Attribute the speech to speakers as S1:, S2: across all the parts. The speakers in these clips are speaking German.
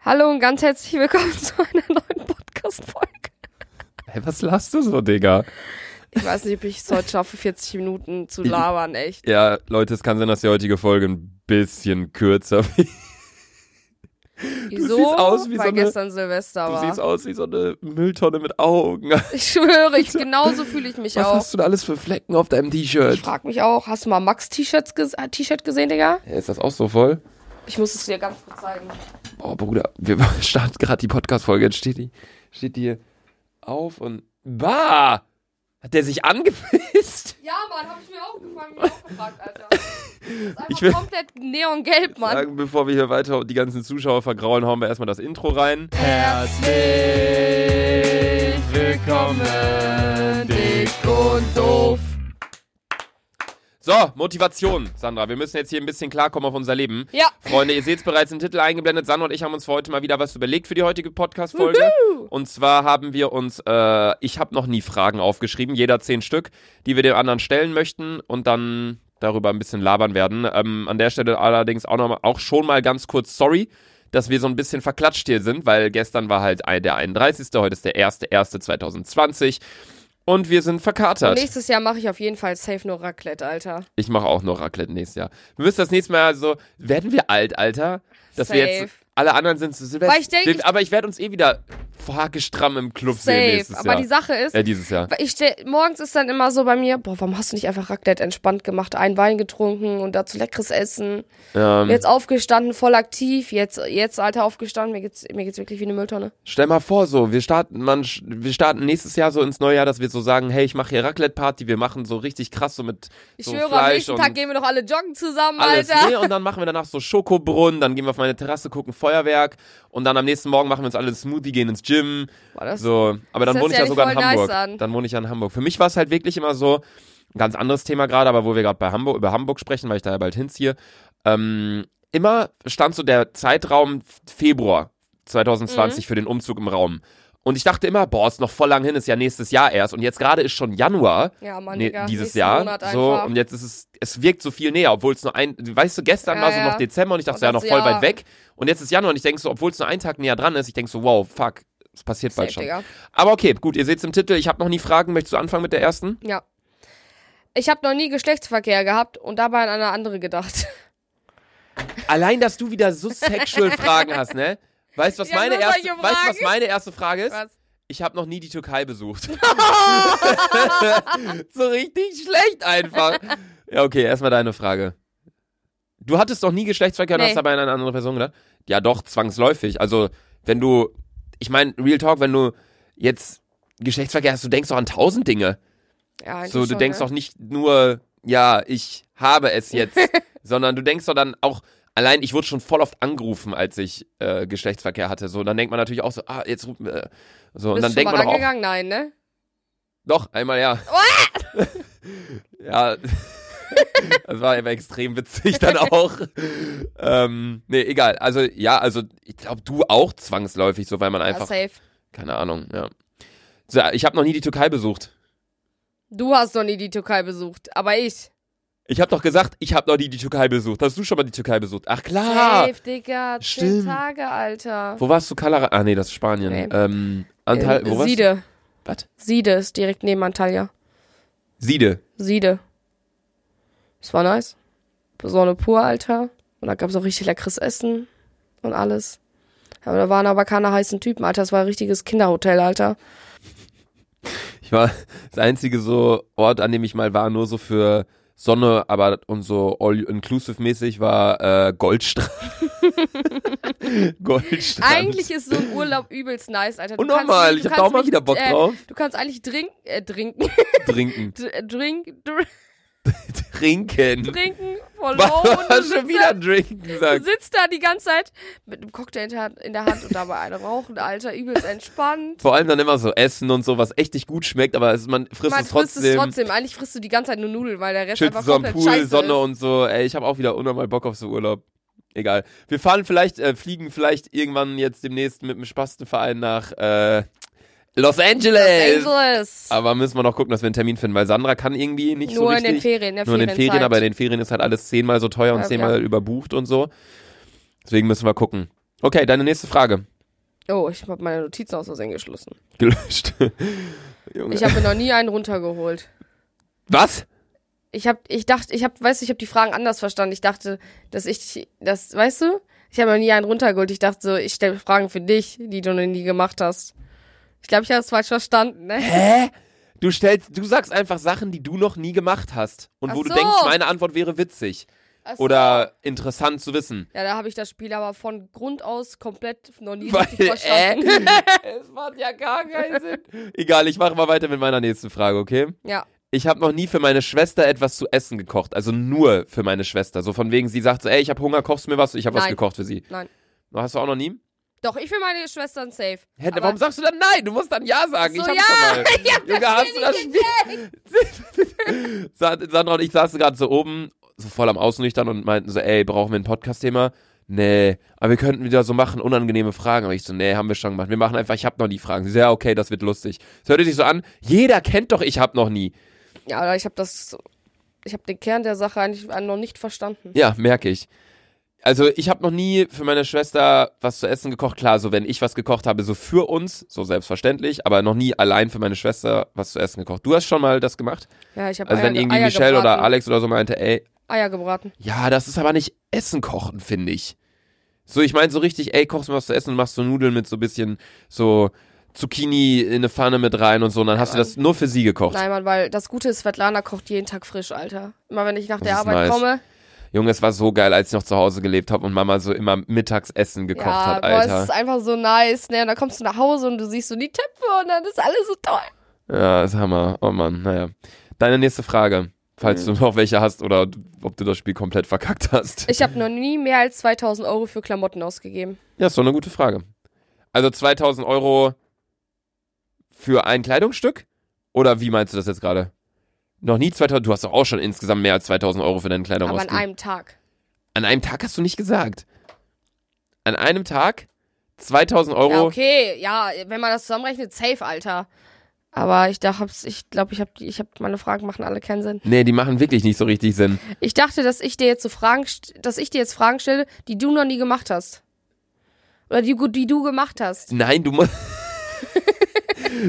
S1: Hallo und ganz herzlich willkommen zu einer neuen Podcast-Folge.
S2: Hey, was lachst du so, Digga?
S1: Ich weiß nicht, ob ich es heute schaffe, 40 Minuten zu labern, echt.
S2: Ja, Leute, es kann sein, dass die heutige Folge ein bisschen kürzer wird.
S1: Wieso?
S2: siehst aus wie
S1: Weil
S2: so eine-
S1: gestern Silvester
S2: Du
S1: war.
S2: siehst aus wie so eine Mülltonne mit Augen.
S1: ich schwöre, ich, genauso fühle ich mich
S2: Was
S1: auch.
S2: hast du da alles für Flecken auf deinem
S1: Ich
S2: T-Shirt?
S1: frag mich auch, hast du mal Max T-Shirts ges äh, T-Shirt gesehen, Digga?
S2: Ja, ist das auch so voll?
S1: Ich muss es dir ganz kurz zeigen.
S2: Boah, Bruder, wir starten gerade die Podcast-Folge. Jetzt steht die, steht die hier auf und. Bah! Hat der sich angepisst?
S1: Ja, Mann, hab ich mir auch gefragt, mich auch gefragt, Alter. Das ist einfach
S2: Ich will-
S1: komplett neongelb, Mann.
S2: Sagen, bevor wir hier weiter die ganzen Zuschauer vergraulen, hauen wir erstmal das Intro rein.
S1: Herzlich willkommen, dick und doof.
S2: So, Motivation, Sandra. Wir müssen jetzt hier ein bisschen klarkommen auf unser Leben.
S1: Ja.
S2: Freunde, ihr seht es bereits im Titel eingeblendet. Sandra und ich haben uns für heute mal wieder was überlegt für die heutige Podcast-Folge. Und zwar haben wir uns, äh, ich habe noch nie Fragen aufgeschrieben, jeder zehn Stück, die wir dem anderen stellen möchten und dann darüber ein bisschen labern werden. Ähm, an der Stelle allerdings auch, noch mal, auch schon mal ganz kurz sorry, dass wir so ein bisschen verklatscht hier sind, weil gestern war halt ein- der 31., heute ist der 1.1.2020 und wir sind verkatert.
S1: Nächstes Jahr mache ich auf jeden Fall safe nur Raclette, Alter.
S2: Ich mache auch noch Raclette nächstes Jahr. Wir müssen das nächste Mal so, werden wir alt, Alter? Dass wir
S1: Safe.
S2: jetzt, alle anderen sind zu Silvester.
S1: Weil ich denk, ich-
S2: aber ich werde uns eh wieder hakestramm im Club sehen
S1: Safe.
S2: nächstes
S1: Aber
S2: Jahr.
S1: die Sache ist,
S2: ja, dieses Jahr.
S1: weil ich stell, morgens ist dann immer so bei mir, boah, warum hast du nicht einfach Raclette entspannt gemacht, einen Wein getrunken und dazu leckeres Essen.
S2: Ähm,
S1: Jetzt aufgestanden, voll aktiv, jetzt, jetzt Alter, aufgestanden, mir geht's, mir geht's wirklich wie eine Mülltonne.
S2: Stell mal vor, so, wir starten, man, sch- wir starten nächstes Jahr so ins neue Jahr, dass wir so sagen, hey, ich mache hier Raclette-Party, wir machen so richtig krass so mit
S1: Ich
S2: so
S1: schwöre, am
S2: Fleisch
S1: nächsten
S2: und
S1: Tag gehen wir doch alle joggen zusammen,
S2: alles.
S1: Alter.
S2: Nee, und dann machen wir danach so Schokobrunnen, dann gehen wir auf meine Terrasse, gucken Feuerwerk und dann am nächsten Morgen machen wir uns alle einen Smoothie, gehen ins Gym.
S1: Boah, das,
S2: So, aber dann
S1: Das hört
S2: wohne ich ja
S1: sich
S2: sogar in
S1: voll nice
S2: Hamburg.
S1: an.
S2: Dann wohne ich ja in Hamburg. Für mich war es halt wirklich immer so, ein ganz anderes Thema gerade, aber wo wir gerade bei Hamburg, über Hamburg sprechen, weil ich da ja bald hinziehe. Ähm, immer stand so der Zeitraum Februar
S1: Mhm.
S2: 2020 für den Umzug im Raum. Und ich dachte immer, boah, ist noch voll lang hin, ist ja nächstes Jahr erst. Und jetzt gerade ist schon Januar
S1: ja, Mann,
S2: nee,
S1: Digga,
S2: dieses
S1: nächsten
S2: Jahr.
S1: Monat
S2: so,
S1: einfach.
S2: und jetzt ist es, es wirkt so viel näher, obwohl es nur ein, weißt du, gestern
S1: Ja,
S2: war so
S1: ja.
S2: noch Dezember und ich dachte,
S1: Und
S2: so, ja,
S1: dann so,
S2: noch voll
S1: ja.
S2: weit weg. Und jetzt ist Januar und ich denke so, obwohl es nur einen Tag näher dran ist, ich denke so, wow, fuck, es passiert
S1: Safe,
S2: bald schon.
S1: Digga.
S2: Aber okay, gut, ihr seht es im Titel, ich habe noch nie Fragen. Möchtest du anfangen mit der ersten?
S1: Ja. Ich habe noch nie Geschlechtsverkehr gehabt und dabei an eine andere gedacht.
S2: Allein, dass du wieder so sexual Fragen hast, ne? Weißt du, was,
S1: Ja,
S2: meine
S1: nur
S2: erste-
S1: solche
S2: weißt, du, was
S1: Fragen.
S2: meine erste Frage ist?
S1: Was?
S2: Ich habe noch nie die Türkei besucht. so richtig schlecht einfach. Ja, okay, erstmal deine Frage. Du hattest noch nie Geschlechtsverkehr und
S1: Nee.
S2: hast dabei an eine andere Person gedacht? Ja, doch, zwangsläufig. Also, wenn du, ich meine, Real Talk, wenn du jetzt Geschlechtsverkehr hast, du denkst doch an tausend Dinge.
S1: Ja, eigentlich
S2: So, du
S1: schon,
S2: denkst
S1: ne?
S2: doch nicht nur, ja, ich habe es jetzt, sondern du denkst doch dann auch, allein ich wurde schon voll oft angerufen, als ich äh, Geschlechtsverkehr hatte. So, dann denkt man natürlich auch so, ah, jetzt rufen äh, so und
S1: Bist du
S2: dann
S1: schon
S2: denkt
S1: mal
S2: man doch auch,
S1: rangegangen? Nein, ne?
S2: doch einmal ja. ja. Das war immer extrem witzig dann auch. ähm, nee, egal. Also, ja, also ich glaube, du auch zwangsläufig, so weil man
S1: Ja,
S2: einfach,
S1: safe.
S2: keine Ahnung, ja. So, ich habe noch nie die Türkei besucht.
S1: Du hast noch nie die Türkei besucht, aber ich.
S2: Ich habe doch gesagt, ich habe noch nie die Türkei besucht. Hast du schon mal die Türkei besucht? Ach klar.
S1: Safe, Digga. Zehn
S2: Ah, Stimmt.
S1: Tage, Alter.
S2: Wo warst du, Kalara? Ah nee, das ist Spanien.
S1: Nee.
S2: Ähm, Antal,
S1: Äh,
S2: wo warst
S1: Siede.
S2: Was?
S1: Siede ist direkt neben Antalya.
S2: du? Siede.
S1: Siede. Es war nice. Sonne pur, Alter. Und da gab's auch richtig leckeres Essen und alles. Aber da waren aber keine heißen Typen, Alter. Es war ein richtiges Kinderhotel, Alter.
S2: Ich war das einzige so Ort, an dem ich mal war, nur so für Sonne, aber und so all-inclusive-mäßig war äh, Goldstrand. Goldstrand.
S1: Eigentlich ist so ein Urlaub übelst nice, Alter. Du
S2: Und
S1: kannst
S2: nochmal,
S1: nicht- du
S2: ich habe da
S1: kannst
S2: auch mal
S1: nicht,
S2: wieder Bock
S1: äh,
S2: drauf.
S1: Du kannst eigentlich drink, äh, trinken,
S2: Trinken.
S1: dr- drink, dr
S2: Trinken.
S1: trinken, voll low. und du
S2: Was
S1: sitzt
S2: schon wieder trinken
S1: Du
S2: gesagt?
S1: sitzt da die ganze Zeit mit einem Cocktail in der Hand, in der Hand und dabei eine rauchen, Alter, übelst entspannt.
S2: Vor allem dann immer so Essen und so, was echt nicht gut schmeckt, aber es, man frisst
S1: Man
S2: es
S1: frisst es
S2: trotzdem.
S1: trotzdem. Eigentlich frisst du die ganze Zeit nur Nudeln, weil der Rest
S2: Chillst
S1: einfach
S2: so am
S1: komplett
S2: Pool,
S1: scheiße
S2: Sonne
S1: ist.
S2: und so. Ey, ich habe auch wieder unnormal Bock auf so Urlaub. Egal. Wir fahren vielleicht, äh, fliegen vielleicht irgendwann jetzt demnächst mit dem Spastenverein nach äh, Los Angeles.
S1: Los Angeles.
S2: Aber müssen wir noch gucken, dass wir einen Termin finden, weil Sandra kann irgendwie nicht so
S1: Nur in
S2: richtig.
S1: den Ferien, in der
S2: nur in den Ferien, aber in
S1: Ferienzeit.
S2: den Ferien ist halt alles zehnmal so teuer und
S1: Ja,
S2: zehnmal überbucht und so. Deswegen müssen wir gucken. Okay, deine nächste Frage.
S1: Oh, ich habe meine Notizen aus Versehen geschlossen.
S2: Gelöscht. Junge.
S1: Ich habe mir noch nie einen runtergeholt.
S2: Was?
S1: Ich habe, ich dachte, ich habe, weißt du, ich habe die Fragen anders verstanden. Ich dachte, dass ich, das, weißt du, ich habe noch nie einen runtergeholt. Ich dachte so, ich stelle Fragen für dich, die du noch nie gemacht hast. Ich glaube, ich habe es falsch verstanden. Ne?
S2: Hä? Du stellst, du sagst einfach Sachen, die du noch nie gemacht hast und
S1: Ach
S2: wo du
S1: so.
S2: denkst, meine Antwort wäre witzig
S1: Ach so.
S2: oder interessant zu wissen.
S1: Ja, da habe ich das Spiel aber von Grund aus komplett noch nie
S2: Weil,
S1: richtig verstanden.
S2: es macht ja gar keinen Sinn. Egal, ich mache mal weiter mit meiner nächsten Frage, okay?
S1: Ja.
S2: Ich habe noch nie für meine Schwester etwas zu essen gekocht, also nur für meine Schwester. So von wegen, sie sagt so, ey, ich habe Hunger, kochst du mir was? Ich habe was
S1: Nein.
S2: gekocht für sie.
S1: Nein.
S2: Hast du auch noch nie?
S1: Doch, ich will meine Schwestern safe.
S2: Hä,
S1: Aber-
S2: warum sagst du dann nein? Du musst dann ja sagen.
S1: So,
S2: ich hab's
S1: ja.
S2: schon mal. Junge, hast du das Spiel? Sa- Sandra und ich saßen gerade so oben, so voll am Außennüchtern und meinten so, ey, brauchen wir ein Podcast-Thema? Nee, aber wir könnten wieder so machen, unangenehme Fragen. Aber ich so, nee, haben wir schon gemacht. Wir machen einfach, ich hab noch nie Fragen. Sie so, ja, okay, das wird lustig. Es hörte sich so an, jeder kennt doch, ich hab noch nie.
S1: Ja, aber ich habe das, ich habe den Kern der Sache eigentlich noch nicht verstanden.
S2: Ja, merke ich. Also ich habe noch nie für meine Schwester was zu essen gekocht. Klar, so wenn ich was gekocht habe, so für uns, so selbstverständlich, aber noch nie allein für meine Schwester was zu essen gekocht. Du hast schon mal das gemacht?
S1: Ja, ich habe
S2: Also
S1: Eier,
S2: wenn
S1: ge-
S2: irgendwie
S1: Eier
S2: Michelle
S1: gebraten.
S2: oder Alex oder so meinte, ey,
S1: Eier gebraten.
S2: ja, das ist aber nicht Essen kochen, finde ich. So, ich meine so richtig, ey, kochst mir was zu essen und machst so Nudeln mit so ein bisschen so Zucchini in eine Pfanne mit rein und so und dann hast du das nur für sie gekocht.
S1: Nein, Mann, weil das Gute ist, Svetlana kocht jeden Tag frisch, Alter. Immer wenn ich nach der
S2: ist
S1: Arbeit
S2: nice.
S1: komme.
S2: Junge, es war so geil, als ich noch zu Hause gelebt habe und Mama so immer Mittagsessen gekocht
S1: ja,
S2: hat,
S1: boah, es
S2: Alter.
S1: ist einfach so nice, ne? Und dann kommst du nach Hause und du siehst so die Töpfe und dann ist alles so toll.
S2: Ja, ist Hammer. Oh Mann, naja. Deine nächste Frage, falls du noch welche hast oder d- ob du das Spiel komplett verkackt hast.
S1: Ich habe noch nie mehr als 2000 Euro für Klamotten ausgegeben.
S2: Ja, ist doch eine gute Frage. Also 2000 Euro für ein Kleidungsstück? Oder wie meinst du das jetzt gerade? Noch nie 2000, du hast doch auch schon insgesamt mehr als 2000 Euro für deine Kleidung
S1: aber an
S2: ausgegeben.
S1: einem Tag.
S2: An einem Tag hast du nicht gesagt. An einem Tag 2000 Euro.
S1: Ja, okay. Ja, wenn man das zusammenrechnet, safe, Alter. Aber ich dachte, ich glaube, ich habe ich hab, meine Fragen machen alle keinen Sinn.
S2: Nee, die machen wirklich nicht so richtig Sinn.
S1: Ich dachte, dass ich dir jetzt so Fragen, st- dass ich dir jetzt Fragen stelle, die du noch nie gemacht hast. Oder die, gu- die du gemacht hast.
S2: Nein, du musst.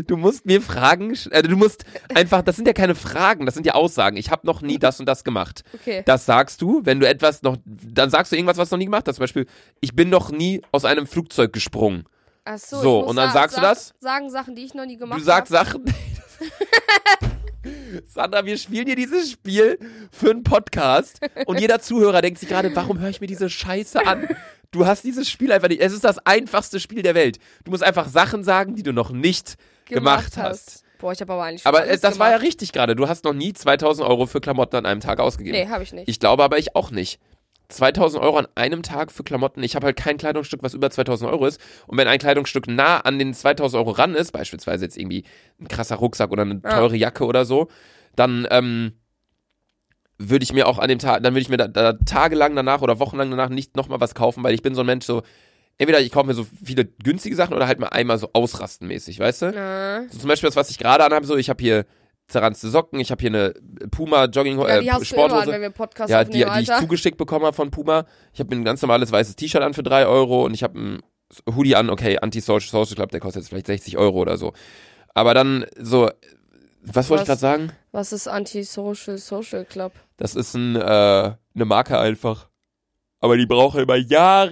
S2: Du musst mir Fragen, sch- also du musst einfach, das sind ja keine Fragen, das sind ja Aussagen. Ich habe noch nie das und das gemacht.
S1: Okay.
S2: Das sagst du, wenn du etwas noch, dann sagst du irgendwas, was du noch nie gemacht hast. Zum Beispiel, ich bin noch nie aus einem Flugzeug gesprungen.
S1: Ach so,
S2: So,
S1: ich muss
S2: und dann
S1: sa-
S2: sagst du
S1: sa-
S2: das?
S1: Sagen Sachen, die ich noch nie gemacht
S2: Du
S1: habe.
S2: sagst Sachen. Sandra, wir spielen hier dieses Spiel für einen Podcast und jeder Zuhörer denkt sich gerade, warum höre ich mir diese Scheiße an? Du hast dieses Spiel einfach nicht. Es ist das einfachste Spiel der Welt. Du musst einfach Sachen sagen, die du noch nicht gemacht hast.
S1: Boah, ich habe aber eigentlich. schon
S2: Aber
S1: alles
S2: es, das war ja
S1: gemacht.
S2: richtig gerade. Du hast noch nie 2000 Euro für Klamotten an einem Tag ausgegeben.
S1: Nee, habe ich nicht.
S2: Ich glaube aber ich auch nicht. 2000 Euro an einem Tag für Klamotten. Ich habe halt kein Kleidungsstück, was über 2000 Euro ist. Und wenn ein Kleidungsstück nah an den 2000 Euro ran ist, beispielsweise jetzt irgendwie ein krasser Rucksack oder eine
S1: Ja.
S2: teure Jacke oder so, dann ähm, würde ich mir auch an dem Tag, dann würde ich mir da, da tagelang danach oder wochenlang danach nicht nochmal was kaufen, weil ich bin so ein Mensch, so entweder ich kaufe mir so viele günstige Sachen oder halt mal einmal so ausrastenmäßig, weißt du?
S1: Na.
S2: So zum Beispiel das, was ich gerade anhabe, so ich habe hier zerranzte Socken, ich habe hier eine Puma Jogging
S1: Ja, die
S2: äh,
S1: hast du immer ne? an,
S2: Sporthose,
S1: wenn wir Podcast
S2: ja, die,
S1: aufnehmen,
S2: die ich
S1: Alter.
S2: zugeschickt bekommen habe von Puma. Ich habe mir ein ganz normales weißes T-Shirt an für 3 Euro und ich habe ein Hoodie an, okay, Anti-Social Social Club, der kostet jetzt vielleicht 60 Euro oder so. Aber dann so, was wollte ich gerade
S1: Was?
S2: sagen?
S1: Was ist Anti-Social Social Club?
S2: Das ist ein, äh, eine Marke einfach. Aber die brauchen immer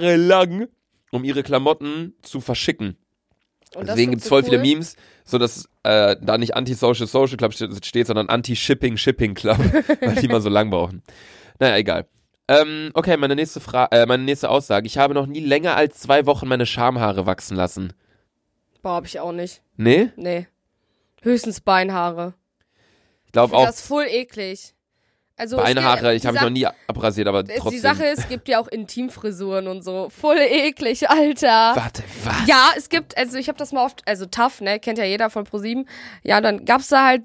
S2: jahrelang, um ihre Klamotten zu verschicken.
S1: Und das findest
S2: Deswegen gibt's
S1: du
S2: voll
S1: cool?
S2: viele Memes, so dass äh, da nicht Anti-Social Social Club steht, steht sondern Anti-Shipping Shipping Club, weil die immer so lang brauchen. Naja, egal. Ähm, okay, meine nächste Frage, äh, meine nächste Aussage. Ich habe noch nie länger als zwei Wochen meine Schamhaare wachsen lassen.
S1: Boah, hab ich auch nicht.
S2: Nee?
S1: Nee. Höchstens Beinhaare.
S2: Ich glaube auch
S1: das ist voll eklig. Also, es gibt-
S2: Beinhaare, ich
S1: die
S2: habe
S1: Sache-
S2: noch nie abrasiert, aber
S1: Es-
S2: trotzdem.
S1: Die Sache ist, es gibt ja auch Intimfrisuren und so. Voll eklig, Alter.
S2: Warte, was?
S1: Ja, es gibt, also ich habe das mal oft, also tough, ne, kennt ja jeder von ProSieben. Ja, dann gab's da halt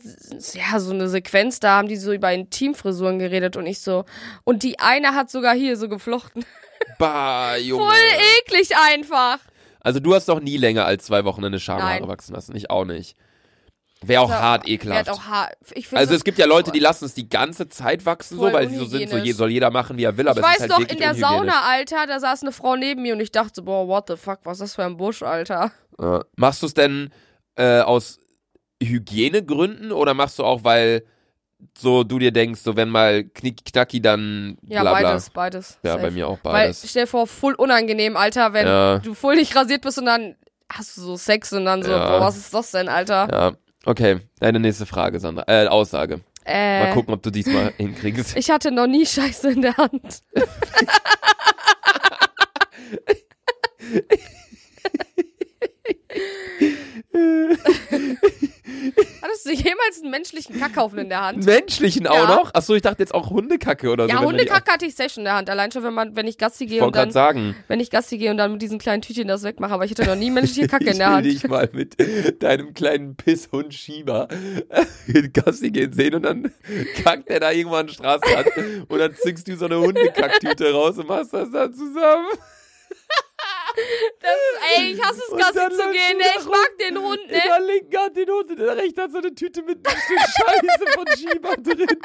S1: ja so eine Sequenz, da haben die so über Intimfrisuren geredet und ich so und die eine hat sogar hier so geflochten.
S2: Bah, Junge.
S1: Voll eklig einfach.
S2: Also du hast noch nie länger als zwei Wochen deine Schamhaare
S1: Nein.
S2: wachsen lassen. Ich auch nicht. Wäre auch
S1: Ist
S2: hart
S1: Wäre
S2: ekelhaft.
S1: halt auch hart. Ich find
S2: also
S1: das-
S2: es gibt ja Leute, die lassen es die ganze Zeit wachsen, so,
S1: Voll
S2: weil sie so sind, so je,
S1: unhygienisch.
S2: soll jeder machen, wie er will, aber
S1: ich
S2: es
S1: weiß
S2: ist halt
S1: doch,
S2: wirklich
S1: in der
S2: unhygienisch.
S1: Sauna, Alter, da saß eine Frau neben mir und ich dachte, so, boah, what the fuck, was ist das für ein Busch, Alter?
S2: Ja. Machst du es denn äh, aus Hygienegründen oder machst du auch, weil so du dir denkst, so wenn mal knick knacki, dann
S1: Ja,
S2: bla bla.
S1: beides, beides.
S2: Ja,
S1: safe.
S2: bei mir auch
S1: Weil,
S2: beides.
S1: stell dir vor, voll unangenehm, Alter, wenn
S2: Ja.
S1: du voll nicht rasiert bist und dann hast du so Sex und dann so,
S2: Ja.
S1: boah, was ist das denn, Alter?
S2: ja. Okay, deine nächste Frage, Sandra. Äh, Aussage.
S1: Äh,
S2: Mal gucken, ob du diesmal hinkriegst.
S1: Ich hatte noch nie Scheiße in der Hand. Hattest du jemals einen menschlichen Kackhaufen in der Hand?
S2: Menschlichen auch
S1: Ja.
S2: noch? Achso, ich dachte jetzt auch Hundekacke oder so.
S1: Ja,
S2: Also wenn man die-
S1: Hundekacke hatte ich safe schon in der Hand. Allein schon, wenn man, wenn ich Gassi
S2: Ich
S1: gehe und
S2: wollte gerade
S1: dann,
S2: sagen.
S1: wenn ich Gassi gehe und dann mit diesen kleinen Tütchen das wegmache. Aber ich hatte noch nie menschliche Kacke
S2: ich
S1: in der
S2: will
S1: Hand.
S2: dich mal mit deinem kleinen Pisshund Schieber in Gassi gehen sehen und dann kackt er da irgendwann eine Straße an und dann zückst du so eine Hundekacktüte raus und machst das dann zusammen.
S1: Das ist, ey, ich hasse es,
S2: Und
S1: Gassi
S2: dann
S1: zu
S2: läufst
S1: gehen.
S2: du
S1: Ne? Ich
S2: da
S1: mag den Hund,
S2: In
S1: ne?
S2: der linken Hand den Hund, in der rechten hat so eine Tüte mit ein Stück Scheiße von Schieber drin.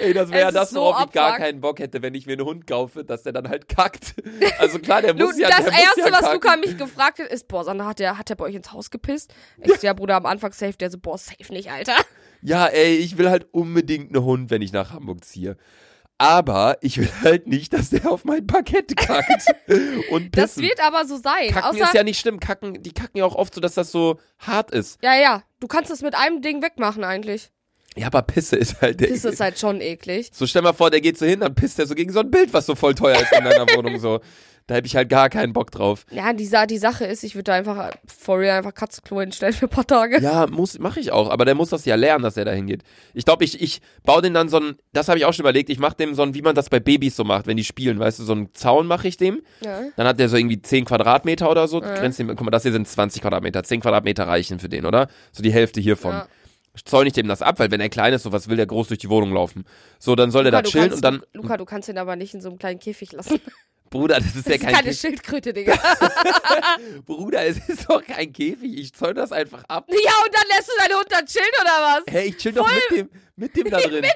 S2: Ey, das
S1: Es
S2: wäre
S1: ist
S2: das,
S1: so
S2: worauf ich gar
S1: abfuck.
S2: keinen Bock hätte, wenn ich mir einen Hund kaufe, dass der dann halt kackt. Also klar, der
S1: Du,
S2: muss ja,
S1: das
S2: der muss
S1: erste,
S2: ja
S1: was
S2: kacken.
S1: Luca mich gefragt hat, ist, boah, Sandra, hat der, hat der bei euch ins Haus gepisst? Ich so, ja, Bruder, am Anfang safe. Der so, boah, safe nicht, Alter.
S2: Ja, ey, ich will halt unbedingt einen Hund, wenn ich nach Hamburg ziehe. Aber ich will halt nicht, dass der auf mein Parkett kackt und pissen.
S1: Das wird aber so sein.
S2: Kacken
S1: außer,
S2: ist ja nicht schlimm. Kacken, die kacken ja auch oft so, dass das so hart ist.
S1: ja, ja, du kannst es mit einem Ding wegmachen eigentlich.
S2: Ja, aber Pisse ist halt der.
S1: Das ist halt schon eklig.
S2: so stell mal vor, der geht so hin, dann pisst er so gegen so ein Bild, was so voll teuer ist in deiner Wohnung so. Da hab ich halt gar keinen Bock drauf.
S1: Ja, die, Sa- die Sache ist, ich würde da einfach äh, for real einfach Katzenklo hinstellen für ein paar Tage.
S2: Ja, muss mache ich auch, aber der muss das ja lernen, dass er da hingeht. Ich glaube, ich ich baue den dann so ein, das habe ich auch schon überlegt, ich mache dem so ein, wie man das bei Babys so macht, wenn die spielen, weißt du, so einen Zaun mache ich dem
S1: Ja.
S2: Dann hat der so irgendwie 10 Quadratmeter oder so. Grenzt dem, guck mal, das hier sind 20 Quadratmeter. 10 Quadratmeter reichen für den, oder? So die Hälfte hiervon.
S1: Ja.
S2: Zäune ich dem das ab, weil wenn er klein ist, so was will der groß durch die Wohnung laufen. So, dann soll der
S1: Luca,
S2: da
S1: du
S2: chillen
S1: kannst,
S2: und dann,
S1: Luca, du kannst ihn aber nicht in so einem kleinen Käfig lassen.
S2: Bruder, das ist
S1: Das
S2: ja
S1: ist
S2: kein
S1: keine
S2: Käfig.
S1: Schildkröte, Digga.
S2: Bruder, es ist doch kein Käfig. Ich zäune das einfach ab.
S1: ja, und dann lässt du deinen Hund dann chillen oder was?
S2: Hey, ich chill doch mit dem, mit dem da drin.
S1: Dem,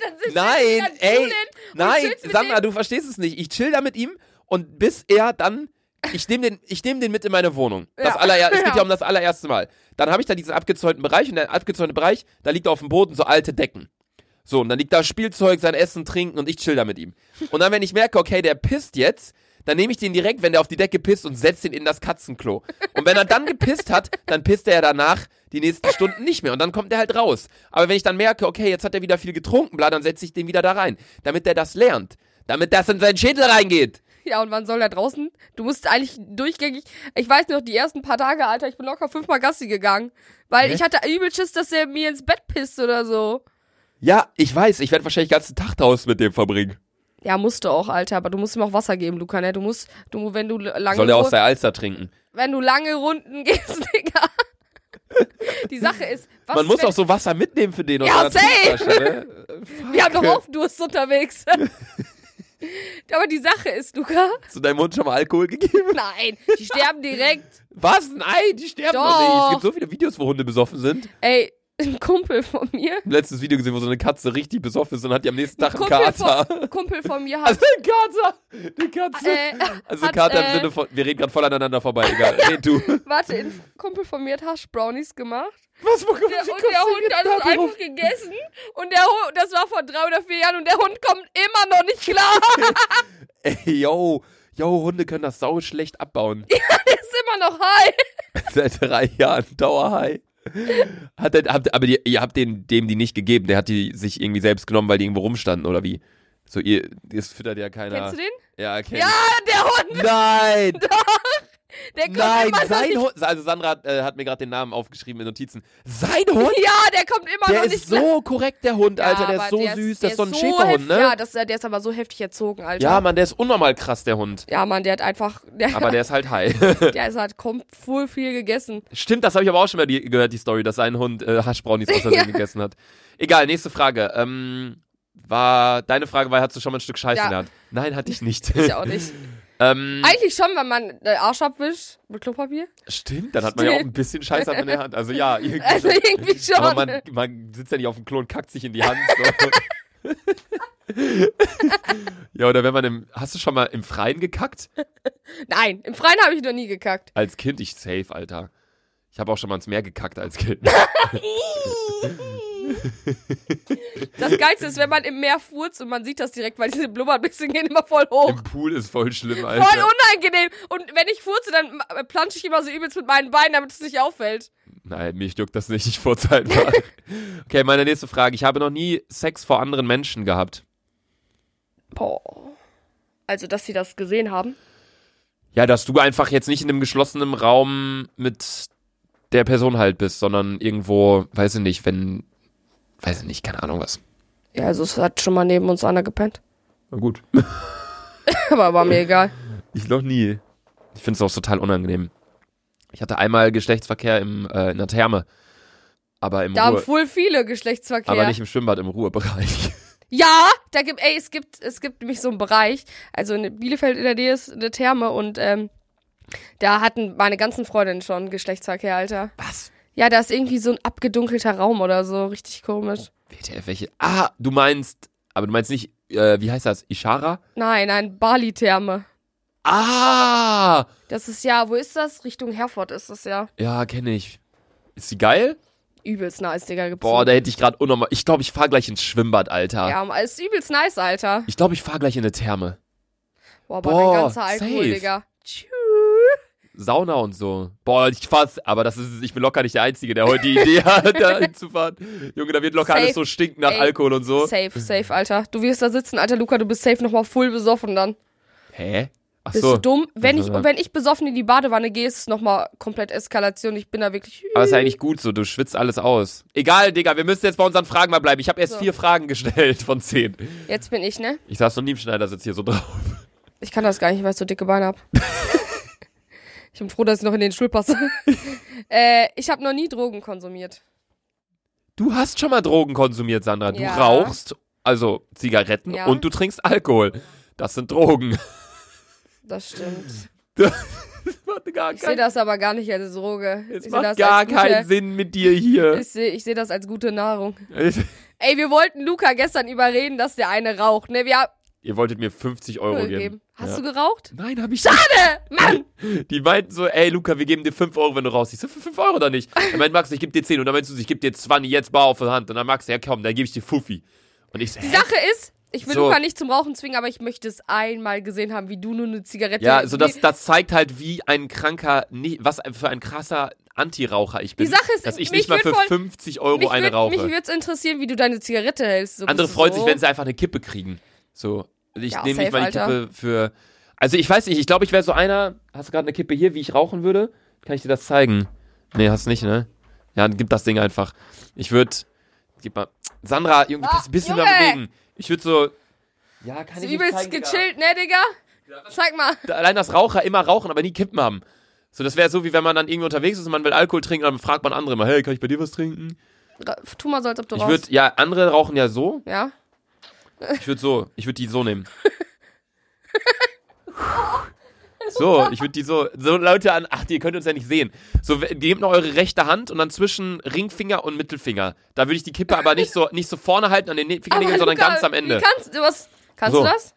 S1: dann sitzt
S2: Nein,
S1: dann
S2: ey,
S1: chillen und
S2: nein,
S1: chillst mit
S2: Sandra, du verstehst es nicht. Ich chill da mit ihm und bis er dann, ich nehme den, ich nehm den mit in meine Wohnung. Das
S1: Ja.
S2: Aller, es geht ja
S1: Ja.
S2: um das allererste Mal. Dann habe ich da diesen abgezäunten Bereich und der abgezäunte Bereich, da liegt auf dem Boden so alte Decken. So, und dann liegt da Spielzeug, sein Essen, Trinken und ich chill da mit ihm. Und dann, wenn ich merke, okay, der pisst jetzt, dann nehme ich den direkt, wenn der auf die Decke pisst und setze ihn in das Katzenklo. Und wenn er dann gepisst hat, dann pisst er ja danach die nächsten Stunden nicht mehr und dann kommt er halt raus. Aber wenn ich dann merke, okay, jetzt hat er wieder viel getrunken, bla, dann setze ich den wieder da rein, damit der das lernt. Damit das in seinen Schädel reingeht.
S1: Ja, und wann soll er draußen? Du musst eigentlich durchgängig. Ich weiß noch, die ersten paar Tage, Alter, ich bin locker fünfmal Gassi gegangen. Weil
S2: Hä?
S1: ich hatte übel Schiss, dass er mir ins Bett pisst oder so.
S2: Ja, ich weiß, ich werde wahrscheinlich den ganzen Tag draußen mit dem verbringen.
S1: Ja, musst du auch, Alter, aber du musst ihm auch Wasser geben, Luca, ne? Du musst, du, wenn du lange,
S2: Soll er aus
S1: Ru-
S2: der Alster trinken.
S1: wenn du lange Runden gehst, Digga. Die Sache ist, was
S2: Man
S1: ist,
S2: muss
S1: wenn-
S2: auch so Wasser mitnehmen für den. aus
S1: Ja,
S2: seiner
S1: safe.
S2: Trinkflasche, ne?
S1: Wir haben doch
S2: Fuck.
S1: auch Durst unterwegs. aber die Sache ist, Luca,
S2: Hast du deinem Hund schon mal Alkohol gegeben?
S1: nein, die sterben direkt.
S2: Was? Nein, die sterben doch, nicht.
S1: Doch.
S2: Es gibt so viele Videos, wo Hunde besoffen sind.
S1: Ey, ein Kumpel von mir.
S2: Ich hab ein letztes Video gesehen, wo so eine Katze richtig besoffen ist und hat die am nächsten Tag einen
S1: Kumpel
S2: Kater.
S1: von, Kumpel von mir hat.
S2: Also ein Kater! Eine Katze!
S1: äh,
S2: also
S1: hat,
S2: Kater im
S1: äh,
S2: Sinne von. Wir reden gerade voll aneinander vorbei, egal. Red du.
S1: Warte, ein Kumpel von mir hat Haschbrownies gemacht.
S2: Was, wo kommt
S1: Der, und der Hund hat es einfach gegessen. Und der Hund, das war vor drei oder vier Jahren und der Hund kommt immer noch nicht klar.
S2: Ey, yo. Yo, Hunde können das sau schlecht abbauen.
S1: Der ist immer noch high.
S2: Seit drei Jahren Dauerhai. Hat der, habt, aber die, ihr habt den, dem die nicht gegeben. Der hat die sich irgendwie selbst genommen, weil die irgendwo rumstanden, oder wie? So, ihr, das füttert ja keiner.
S1: Kennst du den?
S2: Ja, kenn
S1: Ja, der Hund,
S2: Nein!
S1: der kommt
S2: Nein,
S1: immer noch
S2: sein
S1: nicht.
S2: Hund. Also Sandra hat, äh, hat mir gerade den Namen aufgeschrieben in Notizen. Sein Hund?
S1: Ja, der kommt immer
S2: Der
S1: noch nicht
S2: ist so korrekt, der Hund,
S1: klar.
S2: Alter. Der
S1: aber
S2: ist so
S1: der
S2: süß.
S1: der
S2: Das ist so ein
S1: heftig-
S2: Schäferhund,
S1: Ja,
S2: ne?
S1: das, der ist aber so heftig erzogen, Alter.
S2: Ja, Mann, der ist unnormal krass, der Hund.
S1: Ja, Mann, der hat einfach, der,
S2: Aber der ist halt high.
S1: der ist halt kommt voll viel gegessen.
S2: Stimmt, das habe ich aber auch schon mal die, gehört, die Story, dass sein Hund äh, Haschbrownies aus Versehen
S1: Ja.
S2: gegessen hat. Egal, nächste Frage. Ähm, war, deine Frage war, hattest du schon mal ein Stück Scheiße
S1: Ja.
S2: in der Hand? Nein, hatte ich nicht.
S1: Ich auch nicht.
S2: Ähm,
S1: Eigentlich schon, wenn man den Arsch abwischt mit Klopapier.
S2: stimmt, dann hat man ja auch ein bisschen Scheiß an der Hand. Also ja, irgendwie
S1: Also
S2: schon.
S1: irgendwie schon.
S2: Aber man, man sitzt ja nicht auf dem Klo und kackt sich in die Hand. So. ja, oder wenn man im. Hast du schon mal im Freien gekackt?
S1: Nein, im Freien habe ich noch nie gekackt.
S2: Als Kind, ich safe, Alter. Ich habe auch schon mal ins Meer gekackt als Kind.
S1: Das Geilste ist, wenn man im Meer furzt und man sieht das direkt, weil diese Blubberbüchsen gehen immer voll hoch.
S2: Im Pool ist voll schlimm, Alter.
S1: Voll unangenehm. Und wenn ich furze, dann äh, plansche ich immer so übelst mit meinen Beinen, damit es nicht auffällt.
S2: Nein, mich juckt das nicht, ich furze einfach. okay, meine nächste Frage. Ich habe noch nie Sex vor anderen Menschen gehabt.
S1: Boah. Also, dass sie das gesehen haben.
S2: Ja, dass du einfach jetzt nicht in einem geschlossenen Raum mit der Person halt bist, sondern irgendwo, weiß ich nicht, wenn, weiß ich nicht, keine Ahnung was.
S1: Ja, also es hat schon mal neben uns einer gepennt.
S2: Na gut.
S1: Aber war mir egal.
S2: Ich noch nie. Ich finde es auch total unangenehm. Ich hatte einmal Geschlechtsverkehr im, äh, in der Therme. Aber im
S1: Da haben
S2: Ruhe,
S1: voll viele Geschlechtsverkehr.
S2: aber nicht im Schwimmbad, im Ruhebereich.
S1: Ja, da gibt, ey, es gibt, es gibt nämlich so einen Bereich. Also in Bielefeld in der Nähe ist eine Therme und ähm, da hatten meine ganzen Freundinnen schon Geschlechtsverkehr, Alter.
S2: Was?
S1: Ja, da ist irgendwie so ein abgedunkelter Raum oder so, richtig komisch.
S2: WTF, welche? Ah, du meinst, aber du meinst nicht, äh, wie heißt das? Ishara?
S1: Nein, nein, Bali-Therme.
S2: Ah!
S1: Das ist ja, wo ist das? Richtung Herford ist das ja.
S2: Ja, kenne ich. Ist die geil?
S1: Übelst nice, Digga. Gibt's
S2: Boah,
S1: so-
S2: da hätte ich gerade unnormal. Ich glaube, ich fahr gleich ins Schwimmbad, Alter.
S1: Ja, ist übelst nice, Alter.
S2: Ich glaube, ich fahr gleich in eine Therme.
S1: Boah, aber
S2: Boah,
S1: mein ganzer Alkohol,
S2: safe.
S1: Digga. Tschu.
S2: Sauna und so. Boah, ich fass, aber das ist, ich bin locker nicht der Einzige, der heute die Idee hat, da hinzufahren. Junge, da wird locker
S1: Safe.
S2: alles so stinken nach
S1: Ey,
S2: Alkohol und so.
S1: Safe, safe, Alter. Du wirst da sitzen, Alter Luca, du bist safe nochmal voll besoffen dann.
S2: Hä? Ach
S1: Bist
S2: so.
S1: du dumm? Wenn ich,
S2: Also, ja.
S1: wenn ich besoffen in die Badewanne gehe, ist es nochmal komplett Eskalation. Ich bin da wirklich.
S2: Aber ist ja eigentlich gut so, du schwitzt alles aus. Egal, Digga, wir müssen jetzt bei unseren Fragen mal bleiben. Ich habe erst
S1: So.
S2: vier Fragen gestellt von zehn.
S1: Jetzt bin ich, ne?
S2: Ich saß noch nie im Schneidersitz hier so drauf.
S1: Ich kann das gar nicht, weil ich so dicke Beine hab. ich bin froh, dass ich noch in den Stuhl passe. äh, ich habe noch nie Drogen konsumiert.
S2: Du hast schon mal Drogen konsumiert, Sandra. Du
S1: Ja.
S2: rauchst, also Zigaretten
S1: Ja.
S2: und du trinkst Alkohol. Das sind Drogen.
S1: Das stimmt.
S2: Das macht gar
S1: Ich sehe
S2: keinen-
S1: das aber gar nicht als Droge.
S2: es
S1: ich sehe
S2: macht
S1: das
S2: gar
S1: als gute,
S2: keinen Sinn mit dir hier.
S1: Ich sehe ich seh das als gute Nahrung. Ey, wir wollten Luca gestern überreden, dass der eine raucht. Ne, wir haben
S2: Ihr wolltet mir 50 Euro
S1: Null
S2: geben.
S1: gegeben. Hast
S2: ja.
S1: du geraucht?
S2: Nein, hab ich nicht.
S1: Äh, Mann!
S2: Die meinten so, ey Luca, wir geben dir 5 Euro, wenn du rausziehst. So, Für 5 Euro oder nicht? Dann meint Max, ich geb dir 10. Und dann meinst du, ich geb dir 20 jetzt bar auf der Hand. Und dann Max, ja komm, dann gebe ich dir Fuffi. Und ich so,
S1: Die
S2: hä?
S1: Sache ist, ich will
S2: So.
S1: Luca nicht zum Rauchen zwingen, aber ich möchte es einmal gesehen haben, wie du nur eine Zigarette.
S2: Ja, so das, das zeigt halt, wie ein kranker, nie- was für ein krasser Antiraucher ich bin.
S1: Die Sache ist,
S2: dass ich
S1: mich
S2: nicht mal
S1: würd
S2: für
S1: voll-
S2: 50
S1: Die-
S2: Euro
S1: mich
S2: eine
S1: würd-
S2: rauche.
S1: Mich würde es interessieren, wie du deine Zigarette hältst. So
S2: Andere
S1: bist du
S2: freuen
S1: so.
S2: sich, wenn sie einfach eine Kippe kriegen. So. Ich
S1: Ja,
S2: nehme nicht
S1: safe,
S2: mal die
S1: Alter.
S2: Kippe für. Also ich weiß nicht, ich glaube, ich wäre so einer. Hast du gerade eine Kippe hier, wie ich rauchen würde? Kann ich dir das zeigen? Nee, hast nicht, ne? Ja, dann gib das Ding einfach. Ich würde. Gib mal. Sandra, Junge,
S1: Ah,
S2: kannst du ein bisschen
S1: Junge!
S2: mehr bewegen. Ich würde so. Ja, kann
S1: So
S2: ich nicht
S1: übelst
S2: zeigen, Digga.
S1: gechillt, ne, Digga? Zeig mal.
S2: Da- Allein das Raucher immer rauchen, aber nie Kippen haben. So, das wäre so, wie wenn man dann irgendwie unterwegs ist und man will Alkohol trinken, dann fragt man andere mal, hey, kann ich bei dir was trinken?
S1: Ra- Tu mal so, als ob du
S2: Ich würde,
S1: rauchst.
S2: ja, andere rauchen ja so.
S1: Ja?
S2: Ich würde so, ich würde die so nehmen. So, ich würde die so, so Leute an, ach, ihr könnt uns ja nicht sehen. So, we- nehmt noch eure rechte Hand und dann zwischen Ringfinger und Mittelfinger. Da würde ich die Kippe aber nicht so, nicht so vorne halten an den ne- Fingernägeln, sondern
S1: Luca,
S2: ganz am Ende.
S1: Wie kannst du was? Kannst
S2: So.
S1: du das?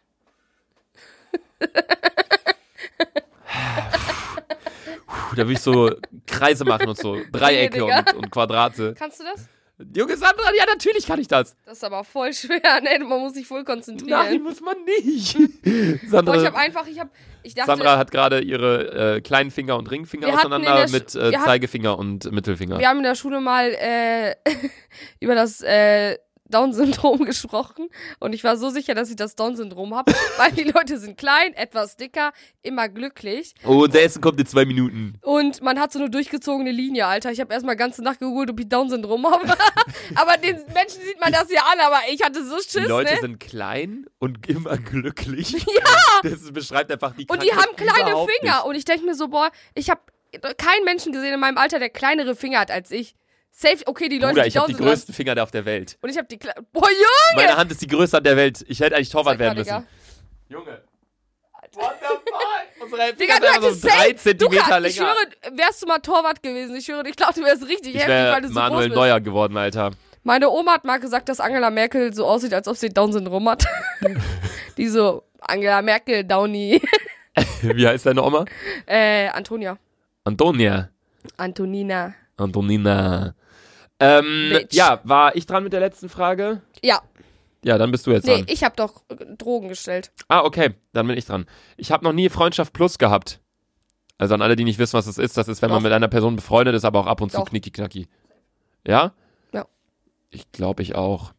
S2: Puh, da würde ich so Kreise machen und so, Dreiecke
S1: Digga.
S2: und, und Quadrate.
S1: Kannst du das?
S2: Junge Sandra, ja, natürlich kann ich das.
S1: Das ist aber voll schwer, ne? Man muss sich voll
S2: Nein,
S1: konzentrieren.
S2: muss man nicht.
S1: Boah, ich hab
S2: Sandra,
S1: einfach, ich hab, ich dachte,
S2: Sandra hat gerade ihre äh, kleinen Finger und Ringfinger
S1: Wir hatten in
S2: auseinander
S1: der Sch-
S2: mit äh,
S1: wir hatten-
S2: Zeigefinger und Mittelfinger.
S1: wir haben in der Schule mal äh, über das äh, Down-Syndrom gesprochen und ich war so sicher, dass ich das Down-Syndrom habe, weil die Leute sind klein, etwas dicker, immer glücklich
S2: Oh, unser Essen kommt in zwei Minuten.
S1: Und man hat so eine durchgezogene Linie, Alter. Ich habe erstmal ganze Nacht gegoogelt, ob ich Down-Syndrom habe. aber den Menschen sieht man das ja an, aber ich hatte so Schiss,
S2: Die Leute
S1: ne?
S2: sind klein und immer glücklich. Ja! Das beschreibt einfach die
S1: Und die haben
S2: Krankheit
S1: kleine
S2: überhaupt
S1: Finger. Und ich denke mir so, boah, ich habe keinen Menschen gesehen in meinem Alter, der kleinere Finger hat als ich. Safe, okay, die
S2: Nicht.
S1: Leute,
S2: Bruder,
S1: die
S2: ich habe die
S1: Down-Syndrom haben.
S2: größten Finger da auf der Welt.
S1: Und ich habe die Kle Boah, Junge!
S2: Meine Hand ist die größte an der Welt. Ich hätte eigentlich Torwart
S1: Zeig mal,
S2: werden müssen.
S1: Digga.
S2: Junge.
S1: Alter.
S2: What the fuck? Unsere Hälfte
S1: Digga,
S2: ist
S1: du
S2: einfach
S1: hättest
S2: so drei
S1: safe- Luca,
S2: Zentimeter
S1: ich
S2: länger.
S1: schwöre, wärst du mal Torwart gewesen, ich schwöre, ich glaube, du wärst richtig
S2: Ich
S1: heftig, weil
S2: wäre
S1: du so
S2: Manuel
S1: groß bist.
S2: Neuer geworden, Alter.
S1: Meine Oma hat mal gesagt, dass Angela Merkel so aussieht, als ob sie Down-Syndrom hat. Die so, Angela Merkel, Downy.
S2: Wie heißt deine Oma?
S1: Äh, Antonia.
S2: Antonia.
S1: Antonina.
S2: Antonina. Ähm,
S1: Bitch.
S2: ja, war ich dran mit der letzten Frage?
S1: Ja,
S2: Ja, dann bist du jetzt
S1: nee,
S2: dran.
S1: ich habe doch äh, Drogen gestellt.
S2: Ah, okay, dann bin ich dran. Ich habe noch nie Freundschaft Plus gehabt. Also an alle, die nicht wissen, was das ist, das ist, wenn man
S1: Doch.
S2: mit einer Person befreundet ist, aber auch ab und zu
S1: Doch.
S2: knicki-knacki. Ja?
S1: Ja.
S2: Ich glaube, ich auch.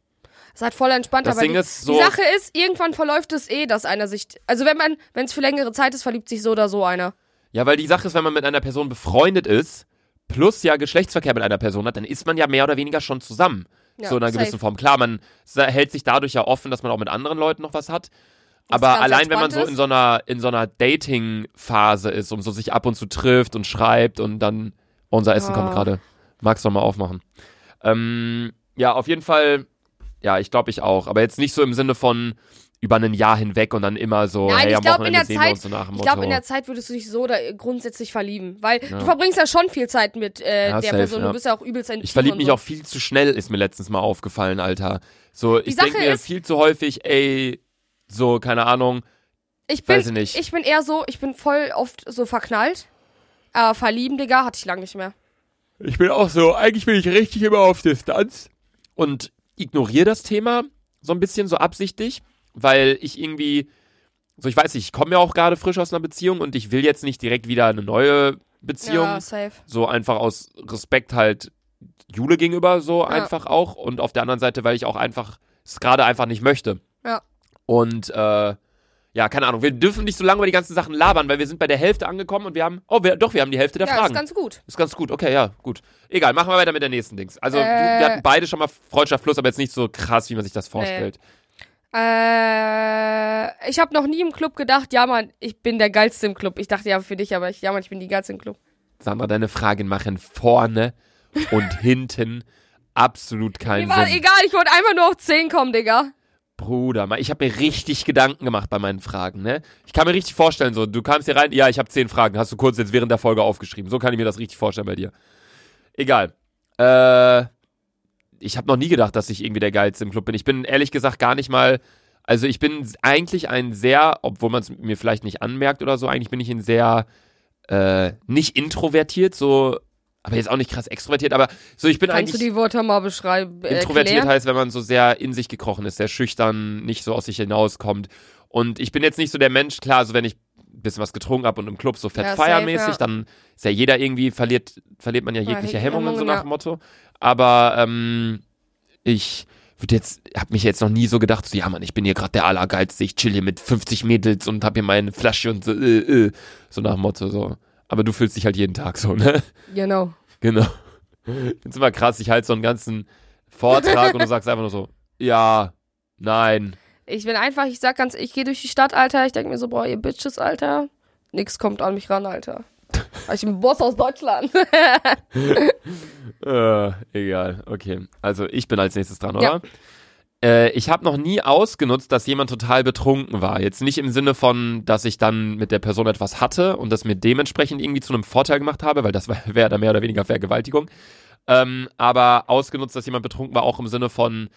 S1: Es hat voll entspannt,
S2: Das
S1: aber
S2: Ding
S1: die,
S2: ist so-
S1: die Sache ist, irgendwann verläuft es eh, dass einer sich, also wenn man, wenn es für längere Zeit ist, verliebt sich so oder so einer.
S2: Ja, weil die Sache ist, wenn man mit einer Person befreundet ist, plus ja Geschlechtsverkehr mit einer Person hat, dann ist man ja mehr oder weniger schon zusammen.
S1: Ja,
S2: so in einer
S1: safe.
S2: gewissen Form. Klar, man sa- hält sich dadurch ja offen, dass man auch mit anderen Leuten noch was hat.
S1: Was
S2: Aber
S1: ganz
S2: allein, wenn man
S1: entspannt
S2: so in
S1: ist.
S2: so einer, in so einer Dating-Phase ist und so sich ab und zu trifft und schreibt und dann oh, unser Essen kommt
S1: Ah.
S2: gerade. Magst du mal aufmachen? Ähm, ja, auf jeden Fall, ja, ich glaube ich auch. Aber jetzt nicht so im Sinne von über ein Jahr hinweg und dann immer so,
S1: Nein,
S2: hey,
S1: ich
S2: am
S1: glaub, in
S2: Wochenende
S1: der
S2: sehen wir
S1: Zeit-
S2: uns so nach dem
S1: Ich glaube,
S2: Motto.
S1: in der Zeit würdest du dich so oder grundsätzlich verlieben, weil
S2: Ja.
S1: du verbringst ja schon viel Zeit mit äh,
S2: Ja,
S1: der
S2: safe,
S1: Person.
S2: ja.
S1: Du bist ja auch übelst ein
S2: Ich verliebe mich auch viel zu schnell, ist mir letztens mal aufgefallen, Alter. So, ich
S1: Sache
S2: denke mir
S1: ist-
S2: viel zu häufig, ey, so, keine Ahnung.
S1: Ich bin,
S2: Weiß ich nicht.
S1: bin eher so, ich bin voll oft so verknallt. Aber verlieben, Digga, hatte ich lange nicht mehr.
S2: Ich bin auch so, eigentlich bin ich richtig immer auf Distanz und ignoriere das Thema so ein bisschen so absichtlich, weil ich irgendwie, so ich weiß nicht, ich komme ja auch gerade frisch aus einer Beziehung und ich will jetzt nicht direkt wieder eine neue Beziehung.
S1: Ja, safe.
S2: So einfach aus Respekt halt Jule gegenüber so einfach auch und auf der anderen Seite, weil ich auch einfach es gerade einfach nicht möchte.
S1: Ja.
S2: Und äh, ja, keine Ahnung, wir dürfen nicht so lange über die ganzen Sachen labern, weil wir sind bei der Hälfte angekommen und wir haben, oh, wir, doch, wir haben die Hälfte der
S1: ja,
S2: Fragen.
S1: ist ganz gut.
S2: Ist ganz gut, okay, ja, gut. Egal, machen wir weiter mit der nächsten Dings. Also, du,
S1: Äh.
S2: wir hatten beide schon mal Freundschaft plus, aber jetzt nicht so krass, wie man sich das vorstellt.
S1: Äh, ich habe noch nie im Club gedacht, ja, Mann, ich bin der Geilste im Club. Ich dachte ja für dich, aber ich, ja, Mann, ich bin die Geilste im Club.
S2: Sandra, deine Fragen machen vorne und hinten absolut
S1: Mir
S2: keinen
S1: war
S2: Sinn.
S1: egal, ich wollte einfach nur auf 10 kommen, Digga.
S2: Bruder, Mann, ich habe mir richtig Gedanken gemacht bei meinen Fragen, ne? Ich kann mir richtig vorstellen, so, du kamst hier rein, ja, ich habe zehn Fragen, hast du kurz jetzt während der Folge aufgeschrieben. So kann ich mir das richtig vorstellen bei dir. Egal. Äh, ich habe noch nie gedacht, dass ich irgendwie der Geilste im Club bin. Ich bin ehrlich gesagt gar nicht mal, also ich bin eigentlich ein sehr, obwohl man es mir vielleicht nicht anmerkt oder so, eigentlich bin ich ein sehr, äh, nicht introvertiert, so, aber jetzt auch nicht krass extrovertiert, aber so, ich bin
S1: Kannst
S2: eigentlich...
S1: du die Wörter mal beschreiben? äh,
S2: Introvertiert
S1: erklären?
S2: heißt, wenn man so sehr in sich gekrochen ist, sehr schüchtern, nicht so aus sich hinauskommt. Und ich bin jetzt nicht so der Mensch, klar, so wenn ich ein bisschen was getrunken habe und im Club so fett
S1: Ja, safe,
S2: feiermäßig,
S1: ja.
S2: dann ist ja jeder irgendwie, verliert, verliert man ja jegliche
S1: Ja,
S2: Hemmungen, so
S1: Hemmungen,
S2: nach
S1: ja.
S2: dem Motto. Aber ähm, ich würde jetzt, habe mich jetzt noch nie so gedacht, so ja Mann, ich bin hier gerade der Allergeilste, ich chill hier mit 50 Mädels und habe hier meine Flasche und so, äh, äh, so nach dem Motto so. Aber du fühlst dich halt jeden Tag so, ne?
S1: Genau.
S2: Genau. Ich find's immer krass, ich halte so einen ganzen Vortrag und du sagst einfach nur so, ja, nein.
S1: Ich bin einfach, ich sag ganz, ich gehe durch die Stadt, Alter. Ich denke mir so, boah, ihr Bitches, Alter. Nix kommt an mich ran, Alter. Weil Ich bin Boss aus Deutschland.
S2: Äh, egal, okay. Also ich bin als nächstes dran,
S1: Ja.
S2: oder? Äh, ich habe noch nie ausgenutzt, dass jemand total betrunken war. Jetzt nicht im Sinne von, dass ich dann mit der Person etwas hatte und das mir dementsprechend irgendwie zu einem Vorteil gemacht habe, weil das wäre dann mehr oder weniger Vergewaltigung. Ähm, aber ausgenutzt, dass jemand betrunken war, auch im Sinne von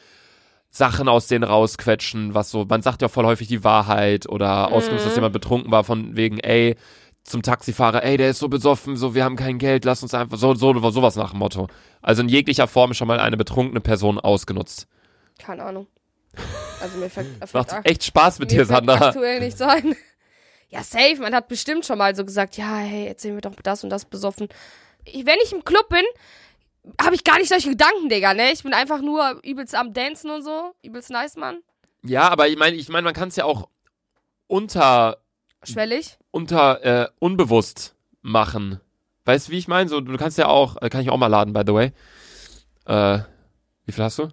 S2: Sachen aus denen rausquetschen, was so, man sagt ja voll häufig die Wahrheit oder ausgenutzt, dass jemand betrunken war, von wegen, ey, zum Taxifahrer, ey, der ist so besoffen, so, wir haben kein Geld, lass uns einfach, so, so, sowas nach dem Motto. Also in jeglicher Form schon mal eine betrunkene Person ausgenutzt.
S1: Keine Ahnung. Also mir fällt, fällt,
S2: Macht echt Spaß mit dir,
S1: mir fällt
S2: Sandra.
S1: aktuell nicht so ein. Ja, safe. Man hat bestimmt schon mal so gesagt, ja, hey, erzähl mir doch das und das besoffen. Ich, wenn ich im Club bin, habe ich gar nicht solche Gedanken, Digga, ne? Ich bin einfach nur übelst am Dancen und so. Übelst nice, Mann.
S2: Ja, aber ich meine, ich meine, man kann es ja auch unter,
S1: Schwellig.
S2: unter, äh, unbewusst machen. Weißt du, wie ich meine? So, du kannst ja auch, äh, kann ich auch mal laden, by the way. Äh, wie viel hast du?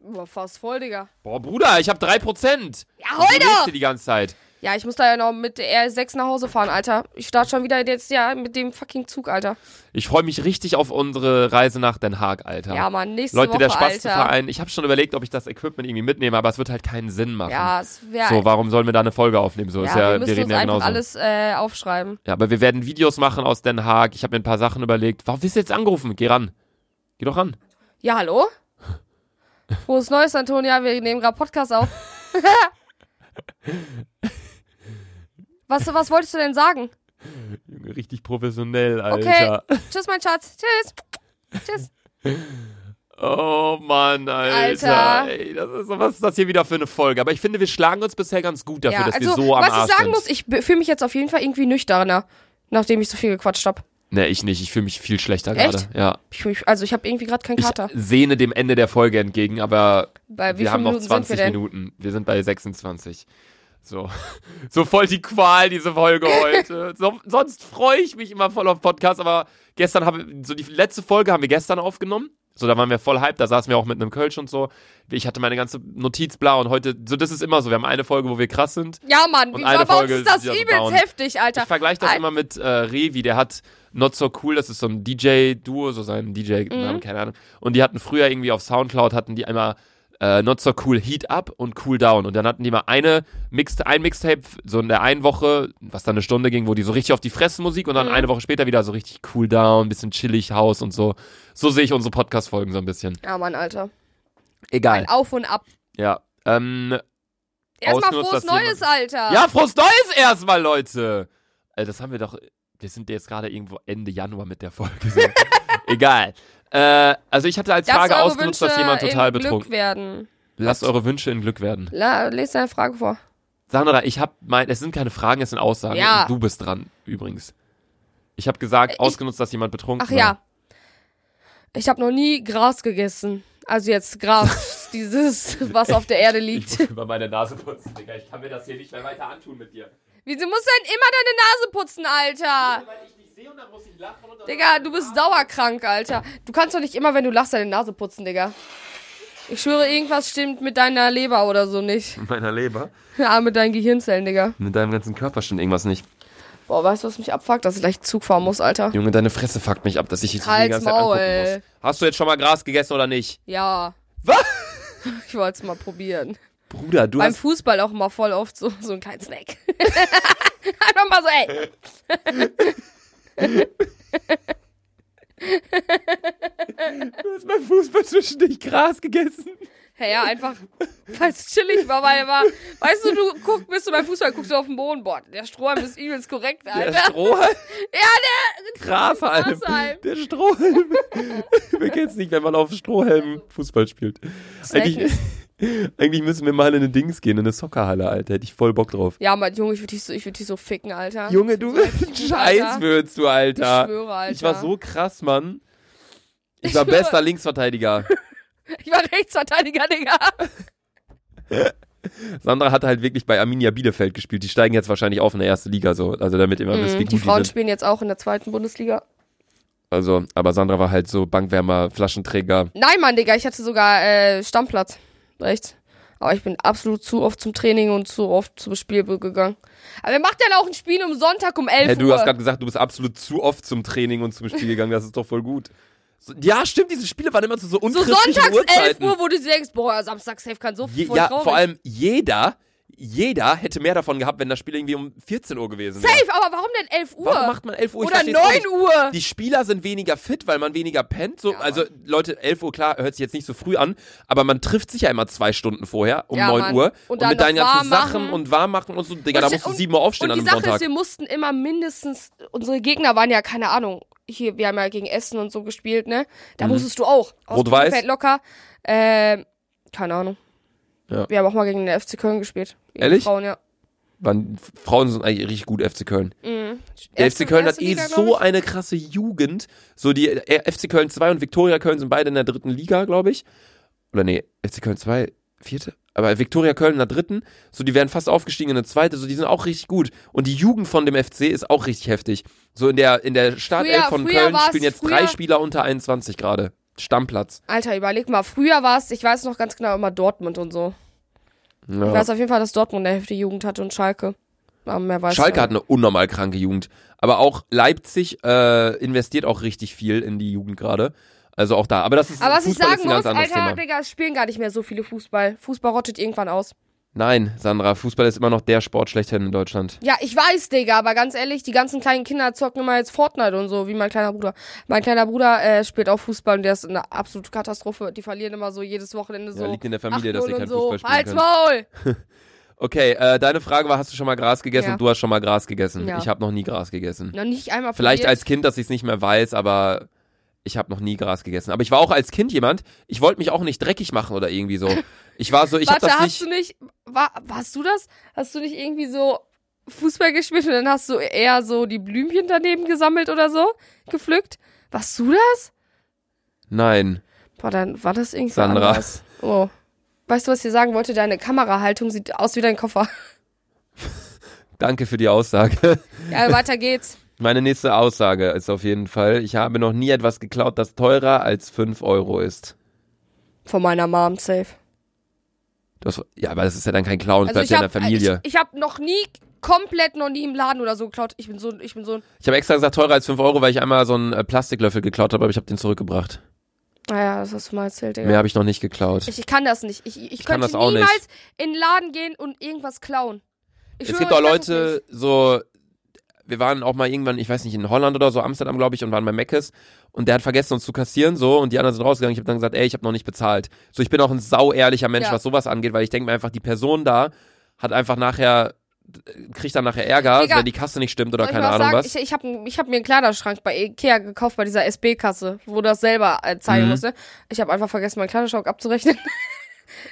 S1: Boah, fast voll, Digga.
S2: Boah, Bruder, ich habe 3%.
S1: Ja,
S2: Und
S1: hol
S2: du redest
S1: doch!
S2: hier die ganze Zeit.
S1: Ja, ich muss da ja noch mit der R6 nach Hause fahren, Alter. Ich starte schon wieder jetzt ja mit dem fucking Zug, Alter.
S2: Ich freue mich richtig auf unsere Reise nach Den Haag, Alter.
S1: Ja, Mann, nächste
S2: Leute,
S1: Woche,
S2: der
S1: Alter.
S2: Spastenverein, ich habe schon überlegt, ob ich das Equipment irgendwie mitnehme, aber es wird halt keinen Sinn machen.
S1: Ja, es wäre.
S2: so, warum sollen wir da eine Folge aufnehmen? So
S1: ja,
S2: ist ja,
S1: wir
S2: wir,
S1: müssen
S2: reden
S1: uns
S2: ja
S1: einfach
S2: genauso.
S1: alles äh, aufschreiben.
S2: Ja, aber wir werden Videos machen aus Den Haag. Ich habe mir ein paar Sachen überlegt. Warum bist du jetzt angerufen? Geh ran. Geh doch ran.
S1: Ja, hallo? Frohes Neues, Antonia. Wir nehmen gerade Podcast auf. was, was wolltest du denn sagen?
S2: Junge, richtig professionell,
S1: Okay.
S2: Alter.
S1: Tschüss, mein Schatz. Tschüss. Tschüss.
S2: Oh Mann, Alter.
S1: Alter.
S2: Ey, das ist, was ist das hier wieder für eine Folge? Aber ich finde, wir schlagen uns bisher ganz gut dafür, dass wir so am
S1: also, was
S2: Arsch
S1: ich sagen
S2: sind.
S1: muss, ich fühle mich jetzt auf jeden Fall irgendwie nüchterner, nachdem ich so viel gequatscht habe.
S2: Nee, ich nicht. Ich fühle mich viel schlechter
S1: Echt?
S2: gerade. Ja.
S1: Ich, fühl mich- also ich habe irgendwie gerade keinen
S2: Ich
S1: Kater.
S2: sehne dem Ende der Folge entgegen, aber
S1: Bei wie
S2: wir
S1: vielen
S2: haben noch
S1: Minuten sind wir
S2: 20
S1: denn?
S2: Minuten. Wir sind bei 26. So. so voll die Qual, diese Folge heute. so, sonst freue ich mich immer voll auf Podcasts, aber gestern haben so die letzte Folge haben wir gestern aufgenommen. So, da waren wir voll hyped, da saßen wir auch mit einem Kölsch und so. Ich hatte meine ganze Notiz blau und heute, so das ist immer so, wir haben eine Folge, wo wir krass sind.
S1: Ja, Mann,
S2: Und
S1: wie,
S2: eine
S1: bei uns
S2: Folge
S1: ist das
S2: ist ja
S1: übelst
S2: down.
S1: heftig, Alter.
S2: Ich vergleiche das
S1: Al-
S2: immer mit äh, Revi, der hat Not So Cool, das ist so ein DJ-Duo, so sein DJ,
S1: Mhm.
S2: Name, keine Ahnung. Und die hatten früher irgendwie auf Soundcloud, hatten die einmal äh, Not So Cool Heat Up und Cool Down. Und dann hatten die mal eine Mixed, ein Mixtape, so in der einen Woche, was dann eine Stunde ging, wo die so richtig auf die Fresse Musik und
S1: Mhm.
S2: dann eine Woche später wieder so richtig Cool Down, bisschen chillig, House und so. So sehe ich unsere Podcast-Folgen so ein bisschen.
S1: ja, Mann, Alter.
S2: Egal.
S1: Ein Auf und Ab.
S2: Ja. Ähm,
S1: Erstmal
S2: Ausnutzt,
S1: frohes
S2: dass jemand-
S1: Neues, Alter.
S2: Ja, frohes Neues erstmal, Leute. Äh, Das haben wir doch. Wir sind jetzt gerade irgendwo Ende Januar mit der Folge. So. Egal. Äh, also ich hatte als
S1: Lasst
S2: Frage
S1: eure
S2: ausgenutzt, dass
S1: Wünsche
S2: jemand total
S1: in
S2: betrunken.
S1: Glück werden.
S2: Lasst eure Wünsche in Glück werden.
S1: La, lest deine Frage vor.
S2: Sandra, ich habe mein, es sind keine Fragen, es sind Aussagen.
S1: Ja. Äh,
S2: Und Du bist dran übrigens. Ich habe gesagt,
S1: Ich-
S2: ausgenutzt, dass jemand betrunken
S1: Ach ja. Ich habe noch nie Gras gegessen. Also jetzt Gras, dieses, was auf der Erde
S2: Ich muss
S1: liegt.
S2: über meine Nase putzen, Digga. Ich kann mir das hier nicht mehr weiter antun mit dir.
S1: Wieso musst du denn immer deine Nase putzen, Alter?
S2: Weil ich dich sehe und dann muss ich lachen und dann
S1: Digga, du bist dauerkrank, Alter. Du kannst doch nicht immer, wenn du lachst, deine Nase putzen, Digga. Ich schwöre, irgendwas stimmt mit deiner Leber oder so nicht.
S2: mit meiner Leber,
S1: Ja, mit deinen Gehirnzellen, Digga.
S2: mit deinem ganzen Körper stimmt irgendwas nicht.
S1: Boah, weißt du, was mich abfuckt? Dass ich gleich Zug fahren muss, Alter.
S2: Junge, deine Fresse fuckt mich ab, dass ich dich die
S1: Halt's
S2: ganze Zeit
S1: Maul.
S2: angucken muss. Hast du jetzt schon mal Gras gegessen oder nicht?
S1: Ja.
S2: Was?
S1: Ich wollte es mal probieren.
S2: Bruder, du
S1: Beim
S2: hast,
S1: Fußball auch mal voll oft so, so einen kleinen Snack. Einfach mal so, ey.
S2: du hast beim Fußball zwischen dich Gras gegessen.
S1: Hey, ja, einfach, weil es chillig war, weil er war, weißt du, du guckst, bist du beim Fußball, guckst du auf den Boden, boah, der Strohhalm ist übelst korrekt,
S2: Der
S1: Alter.
S2: Strohhalm.
S1: Ja,
S2: Grashalm.
S1: Grashalm.
S2: Der Strohhalm. Wir kennen es nicht, wenn man auf Strohhelmen Fußball spielt. Eigentlich, eigentlich müssen wir mal in eine Dings gehen, in eine Soccerhalle, Alter. Hätte ich voll Bock drauf.
S1: Ja, Mann, Junge, ich würde dich, so, ich würd dich so ficken, Alter.
S2: Junge, du Scheiß
S1: Alter.
S2: würdest du, Alter.
S1: Ich schwöre, Alter.
S2: Ich war so krass, Mann. Ich
S1: Ich
S2: war
S1: schwöre.
S2: bester Linksverteidiger.
S1: Ich war Rechtsverteidiger, Digga.
S2: Sandra hat halt wirklich bei Arminia Bielefeld gespielt. Die steigen jetzt wahrscheinlich auf in der ersten Liga so. Also damit immer wisst, wie
S1: Mhm,
S2: gut
S1: die Frauen
S2: sind.
S1: spielen jetzt auch in der zweiten Bundesliga.
S2: Also, aber Sandra war halt so Bankwärmer, Flaschenträger.
S1: Nein, Mann, Digga, ich hatte sogar äh, Stammplatz. Rechts. Aber ich bin absolut zu oft zum Training und zu oft zum Spiel gegangen. Aber wer macht denn auch ein Spiel um Sonntag um 11
S2: Hey, du
S1: Uhr?
S2: hast gerade gesagt, du bist absolut zu oft zum Training und zum Spiel gegangen. Das ist doch voll gut. So, ja, stimmt, diese Spiele waren immer zu so
S1: so
S2: unchristlichen
S1: sonntags 11
S2: Uhrzeiten.
S1: Uhr, wo du dir denkst, boah, Samstag safe kann so
S2: Je,
S1: voll
S2: ja,
S1: traurig.
S2: vor allem jeder, jeder hätte mehr davon gehabt, wenn das Spiel irgendwie um 14 Uhr gewesen wäre.
S1: Safe, aber warum denn 11 Uhr?
S2: Warum macht man 11 Uhr? Ich
S1: Oder
S2: versteh's auch nicht.
S1: 9 Uhr?
S2: Die Spieler sind weniger fit, weil man weniger pennt. So,
S1: Ja,
S2: also Leute, 11 Uhr, klar, hört sich jetzt nicht so früh an, aber man trifft sich ja immer zwei Stunden vorher um
S1: Ja,
S2: 9
S1: Mann.
S2: Uhr
S1: Und dann
S2: mit deinen
S1: noch
S2: ganzen
S1: warm
S2: Sachen
S1: machen.
S2: und warm machen und so. Digga,
S1: Und
S2: da
S1: ich-
S2: musst du
S1: und-
S2: 7 Uhr aufstehen
S1: und
S2: an
S1: die
S2: einem
S1: Sache
S2: Sonntag.
S1: ist, wir mussten immer mindestens, unsere Gegner waren ja, keine Ahnung, hier, wir haben ja gegen Essen und so gespielt, ne?
S2: Mhm.
S1: Da musstest du auch. Aus
S2: Rot-Weiß?
S1: Bielefeld locker. Ähm, keine Ahnung.
S2: Ja.
S1: Wir haben auch mal gegen den FC Köln gespielt. Gegen
S2: Ehrlich?
S1: Frauen, ja.
S2: Mann, Frauen sind eigentlich richtig gut, FC Köln. Der
S1: Erste-
S2: FC Köln hat
S1: erste
S2: eh
S1: Liga, glaub
S2: so
S1: ich.
S2: eine krasse Jugend. So die äh, FC Köln 2 und Viktoria Köln sind beide in der dritten Liga, glaube ich. Oder nee, FC Köln 2, vierte? Aber Viktoria Köln in der dritten, so die wären fast aufgestiegen in eine zweite, so die sind auch richtig gut. Und die Jugend von dem FC ist auch richtig heftig. So in der, in der Startelf
S1: Früher-
S2: von
S1: früher
S2: Köln
S1: war's-
S2: spielen jetzt drei
S1: früher-
S2: Spieler unter 21 gerade. Stammplatz.
S1: Alter, überleg mal, früher war es, ich weiß noch ganz genau, immer Dortmund und so. Ich
S2: Ja.
S1: weiß auf jeden Fall, dass Dortmund eine heftige Jugend hatte und Schalke. aber mehr weiß
S2: Schalke
S1: ich
S2: hat eine unnormal kranke Jugend. Aber auch Leipzig äh, investiert auch richtig viel in die Jugend gerade. Also auch da. Aber das ist,
S1: Aber was ich
S2: Fußball
S1: sagen
S2: ist ein ganz
S1: muss,
S2: anderes
S1: Alter,
S2: Thema.
S1: Digga, es spielen gar nicht mehr so viele Fußball. Fußball rottet irgendwann aus.
S2: Nein, Sandra, Fußball ist immer noch der Sport schlechthin in Deutschland.
S1: Ja, ich weiß, Digga, aber ganz ehrlich, die ganzen kleinen Kinder zocken immer jetzt Fortnite und so, wie mein kleiner Bruder. Mein kleiner Bruder äh, spielt auch Fußball und der ist eine absolute Katastrophe. Die verlieren immer so jedes Wochenende so.
S2: Ja, liegt in der Familie, dass
S1: 8-0
S2: ihr kein
S1: und so.
S2: Fußball spielen
S1: Halt's
S2: könnt.
S1: Maul!
S2: Okay, äh, deine Frage war, hast du schon mal Gras gegessen?
S1: Ja.
S2: Und du hast schon mal Gras gegessen.
S1: Ja.
S2: Ich habe noch nie Gras gegessen.
S1: Na, nicht einmal
S2: Vielleicht
S1: probiert.
S2: als Kind, dass ich es nicht mehr weiß, aber ich habe noch nie Gras gegessen. Aber ich war auch als Kind jemand, ich wollte mich auch nicht dreckig machen oder irgendwie so. Ich war so, ich habe
S1: Warte,
S2: das
S1: hast
S2: nicht.
S1: du nicht. War, warst du das? Hast du nicht irgendwie so Fußball gespielt und dann hast du eher so die Blümchen daneben gesammelt oder so? Gepflückt? Warst du das?
S2: Nein,
S1: Boah, dann war das irgendwie.
S2: Sandra.
S1: Anders. Oh. Weißt du, was ich dir sagen wollte? Deine Kamerahaltung sieht aus wie dein Koffer.
S2: Danke für die Aussage.
S1: Ja, Äh, weiter geht's.
S2: Meine nächste Aussage ist auf jeden Fall, ich habe noch nie etwas geklaut, das teurer als 5 Euro ist.
S1: Von meiner Mom safe.
S2: Das, ja, aber das ist ja dann kein Clown,
S1: Also
S2: das bleibt
S1: ich
S2: ja in der
S1: habe
S2: Familie.
S1: ich, ich hab noch nie komplett noch nie im Laden oder so geklaut. Ich bin so ich bin so ein
S2: Ich, habe extra gesagt teurer als 5 Euro, weil ich einmal so einen äh, Plastiklöffel geklaut habe, aber ich habe den zurückgebracht.
S1: Naja, das hast du mal erzählt, Digga.
S2: Mehr habe ich noch nicht geklaut.
S1: Ich, ich kann das nicht. Ich, ich, ich
S2: kann
S1: könnte
S2: das auch nicht.
S1: niemals in den Laden gehen und irgendwas klauen. Ich
S2: es
S1: schwöre,
S2: gibt auch
S1: ich kann das
S2: Leute,
S1: nicht.
S2: so, wir waren auch mal irgendwann, ich weiß nicht, in Holland oder so, Amsterdam, glaube ich, und waren bei Meckes und der hat vergessen, uns zu kassieren, so, und die anderen sind rausgegangen. Ich habe dann gesagt, ey, ich habe noch nicht bezahlt. So, ich bin auch ein sauehrlicher Mensch,
S1: Ja.
S2: was sowas angeht, weil ich denke mir einfach, die Person da hat einfach nachher, kriegt dann nachher Ärger,
S1: Digga,
S2: wenn die Kasse nicht stimmt oder
S1: Soll ich
S2: keine
S1: mal was
S2: Ahnung
S1: sagen?
S2: was.
S1: Ich, ich habe ich hab mir einen Kleiderschrank bei Ikea gekauft, bei dieser SB-Kasse, wo das selber äh, zeigen
S2: Mhm.
S1: musste. Ich habe einfach vergessen, meinen Kleiderschrank abzurechnen.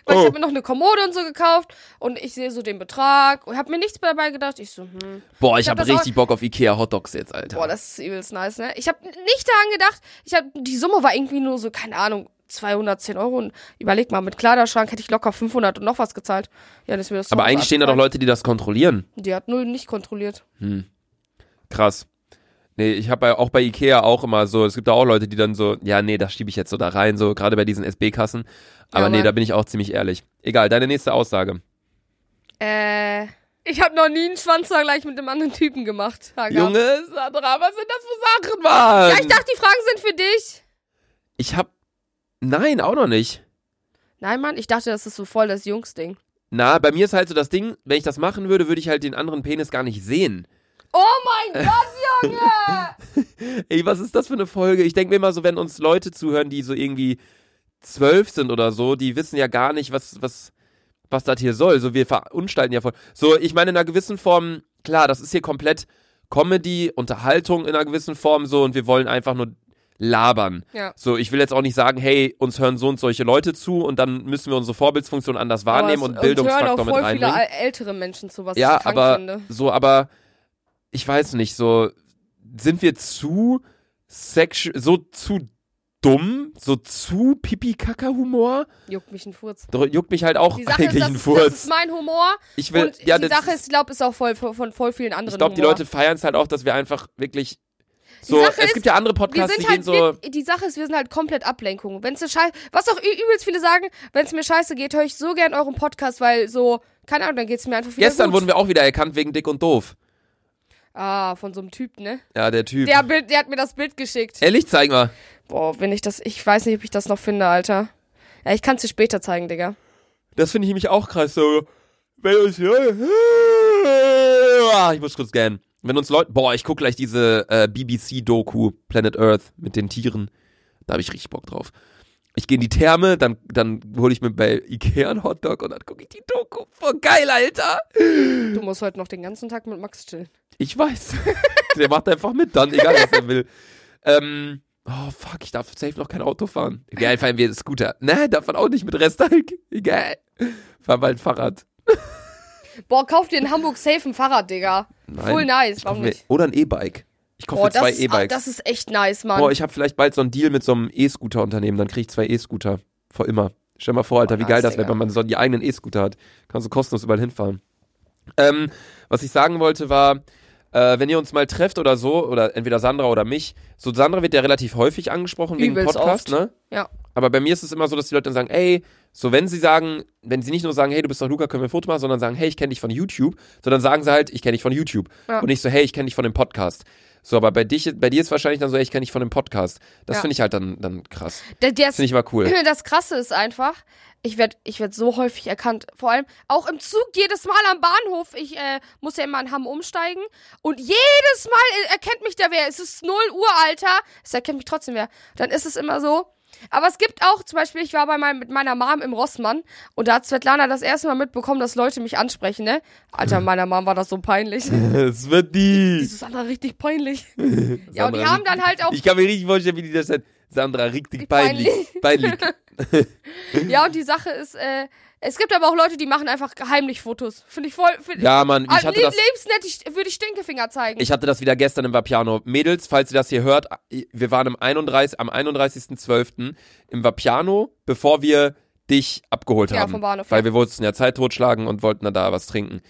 S1: Weil
S2: Oh.
S1: ich habe mir noch eine Kommode und so gekauft und ich sehe so den Betrag und habe mir nichts dabei gedacht. Ich so, hm.
S2: Boah, ich
S1: hab
S2: habe
S1: das auch-
S2: richtig Bock auf Ikea Hotdogs jetzt, Alter.
S1: Boah, das ist übelst nice, ne? Ich habe nicht daran gedacht. Ich hab, die Summe war irgendwie nur so, keine Ahnung, 210 Euro. Und überleg mal, mit Kleiderschrank hätte ich locker 500 und noch was gezahlt. Ja, das ist mir das
S2: aber
S1: so
S2: eigentlich stehen da doch
S1: abgefallen.
S2: Leute, die das kontrollieren.
S1: Die hat null nicht kontrolliert.
S2: Krass. Nee, ich habe ja auch bei Ikea auch immer so, es gibt da auch Leute, die dann so, ja, nee, das schiebe ich jetzt so da rein, so gerade bei diesen SB-Kassen. Aber
S1: Ja,
S2: nee,
S1: Mann.
S2: da bin ich auch ziemlich ehrlich. Egal, deine nächste Aussage.
S1: Äh, ich habe noch nie einen Schwanzvergleich mit einem anderen Typen gemacht. Hager.
S2: Junge, Sandra, was sind das für Sachen, Mann?
S1: Ja, ich dachte, die Fragen sind für dich.
S2: Ich hab, nein, auch noch nicht.
S1: Nein, Mann, ich dachte, das ist so voll das Jungs-Ding.
S2: Na, bei mir ist halt so das Ding, wenn ich das machen würde, würde ich halt den anderen Penis gar nicht sehen.
S1: Oh mein
S2: Äh.
S1: Gott, Junge!
S2: Ey, was ist das für eine Folge? Ich denke mir immer so, wenn uns Leute zuhören, die so irgendwie zwölf sind oder so, die wissen ja gar nicht, was, was, was das hier soll. So, wir verunstalten ja voll. So, ich meine, in einer gewissen Form, klar, das ist hier komplett Comedy, Unterhaltung in einer gewissen Form so und wir wollen einfach nur labern.
S1: Ja.
S2: So, ich will jetzt auch nicht sagen, hey, uns hören so und solche Leute zu und dann müssen wir unsere Vorbildfunktion anders wahrnehmen
S1: Aber es-
S2: und
S1: hören
S2: Bildungsfaktor
S1: auch
S2: mit
S1: voll
S2: reinbringen
S1: viele ältere Menschen zu, was
S2: ja,
S1: ich krank
S2: aber
S1: finde.
S2: so, aber ich weiß nicht, so sind wir zu sexu so zu dumm, so zu pipi kaka humor
S1: Juckt mich ein Furz.
S2: Doch, Juckt mich halt auch
S1: Die Sache ist,
S2: eigentlich
S1: das,
S2: ein
S1: das ist
S2: Furz.
S1: mein Humor.
S2: Ich will,
S1: und
S2: ja,
S1: die
S2: das,
S1: Sache ist, ich glaube, ist auch voll von, von voll vielen anderen.
S2: ich glaube, die
S1: Humor.
S2: Leute feiern es halt auch, dass wir einfach wirklich so,
S1: Sache
S2: es
S1: ist,
S2: gibt ja andere
S1: wir
S2: Podcasts, die
S1: sind
S2: gehen
S1: halt,
S2: so,
S1: wir, die Sache ist, wir sind halt komplett Ablenkung. Wenn's ne Scheiße, was auch ü- übelst viele sagen, wenn es mir scheiße geht, höre ich so gern euren Podcast, weil so, keine Ahnung, dann geht's mir einfach wieder
S2: gestern
S1: gut.
S2: wurden wir auch wieder erkannt wegen dick und doof.
S1: ah, von so einem Typ, ne?
S2: Ja, der Typ.
S1: Der, Bild, der hat mir das Bild geschickt.
S2: Ehrlich, zeig mal.
S1: Boah, wenn ich das, ich weiß nicht, ob ich das noch finde, Alter. Ja, ich kann's dir später zeigen, Digga.
S2: Das finde ich nämlich auch krass. So, wenn uns Ah, ich muss kurz gähnen. Wenn uns Leute, boah, ich gucke gleich diese äh, BBC-Doku Planet Earth mit den Tieren. Da habe ich richtig Bock drauf. Ich gehe in die Therme, dann, dann hole ich mir bei Ikea einen Hotdog und dann gucke ich die Doku. Voll geil, Alter.
S1: Du musst heute noch den ganzen Tag mit Max chillen.
S2: Ich weiß. Der macht einfach mit dann, egal was er will. Ähm, oh fuck, ich darf safe noch kein Auto fahren. Egal, fahren wir Scooter. Nein, darf man auch nicht mit Restalk. Egal. Fahren wir ein Fahrrad.
S1: Boah, kauf dir in Hamburg safe ein Fahrrad, Digga.
S2: Nein,
S1: Voll nice,
S2: ich
S1: warum
S2: kauf mir-
S1: nicht?
S2: Oder ein E-Bike. Ich kaufe
S1: Boah,
S2: mir
S1: das
S2: zwei
S1: ist, ah, das
S2: E-Bikes.
S1: ist echt nice, Mann.
S2: Boah, ich habe vielleicht bald so einen Deal mit so einem E-Scooter-Unternehmen, dann kriege ich zwei E-Scooter. Vor immer. Stell mal vor, Alter, wie
S1: nice,
S2: geil das wäre,
S1: Digga.
S2: wenn man so die eigenen E-Scooter hat. Kannst du kostenlos überall hinfahren. Ähm, was ich sagen wollte war, äh, wenn ihr uns mal trefft oder so, oder entweder Sandra oder mich, so Sandra wird ja relativ häufig angesprochen wegen
S1: Übelst
S2: Podcast,
S1: oft.
S2: ne?
S1: Ja.
S2: Aber bei mir ist es immer so, dass die Leute dann sagen, ey, So, wenn sie sagen, wenn sie nicht nur sagen, hey, du bist doch Luca, können wir ein Foto machen, sondern sagen, hey, ich kenne dich von YouTube, sondern sagen sie halt, ich kenne dich von YouTube.
S1: Ja.
S2: Und nicht so, hey, ich kenne dich von dem Podcast. So, aber bei, dich, bei dir ist wahrscheinlich dann so, hey, ich kenne dich von dem Podcast. Das
S1: Ja.
S2: finde ich halt dann, dann krass.
S1: Der, der
S2: Das finde ich mal cool.
S1: Das Krasse ist einfach, ich werde ich werd so häufig erkannt. Vor allem auch im Zug, jedes Mal am Bahnhof. Ich äh, muss ja immer in Hamm umsteigen. Und jedes Mal äh, erkennt mich da wer. Es ist 0 Uhr, Alter. Es erkennt mich trotzdem wer. Dann ist es immer so. Aber es gibt auch, zum Beispiel, ich war bei meinem, mit meiner Mom im Rossmann und da hat Svetlana das erste Mal mitbekommen, dass Leute mich ansprechen, ne? Alter, meiner Mom war das so peinlich.
S2: Es wird die.
S1: Susanna, richtig peinlich. ja, und die
S2: Sandra,
S1: haben dann halt auch
S2: Ich kann mir richtig vorstellen, wie die das dann. Sandra, richtig peinlich. Peinlich.
S1: Ja, und die Sache ist, äh, es gibt aber auch Leute, die machen einfach heimlich Fotos. Finde ich voll. Find,
S2: Ja, Mann,
S1: Ah,
S2: ich hatte
S1: lieb-
S2: das.
S1: lebensnett, ich würde ich Stinkefinger zeigen.
S2: Ich hatte das wieder gestern im Vapiano. Mädels, falls ihr das hier hört, wir waren am 31. am 31.12. im Vapiano, bevor wir dich abgeholt
S1: Ja,
S2: haben.
S1: vom Bahnhof,
S2: Weil
S1: ja.
S2: wir wollten ja Zeit totschlagen und wollten dann da was trinken.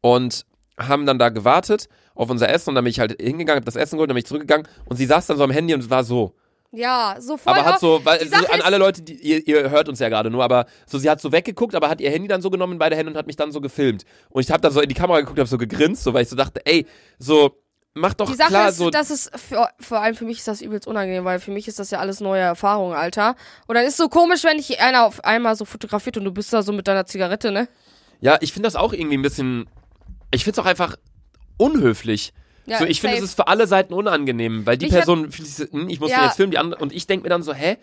S2: Und haben dann da gewartet auf unser Essen und dann bin ich halt hingegangen, hab das Essen geholt, dann bin ich zurückgegangen und sie saß dann so am Handy und war so.
S1: ja, so voll.
S2: aber
S1: auf-
S2: hat so, weil,
S1: die
S2: so
S1: Sache
S2: an
S1: ist-
S2: alle Leute, die, ihr, ihr hört uns ja gerade nur, aber so, sie hat so weggeguckt, aber hat ihr Handy dann so genommen in beide Hände und hat mich dann so gefilmt. Und ich habe dann so in die Kamera geguckt, habe so gegrinst, so, weil ich so dachte, ey, so, mach doch
S1: die Sache
S2: klar,
S1: ist,
S2: so,
S1: dass es für, vor allem für mich ist das übelst unangenehm, weil für mich ist das ja alles neue Erfahrung, Alter. Und dann ist so komisch, wenn dich einer auf einmal so fotografiert und du bist da so mit deiner Zigarette, ne?
S2: Ja, ich finde das auch irgendwie ein bisschen. Ich finde es auch einfach unhöflich.
S1: Ja,
S2: so, ich finde, es
S1: safe.
S2: ist für alle Seiten unangenehm, weil die
S1: Mich hat-
S2: Person, fühlt sich so, hm, ich muss
S1: Ja.
S2: den jetzt filmen, die andere, und ich denke mir dann so, hä?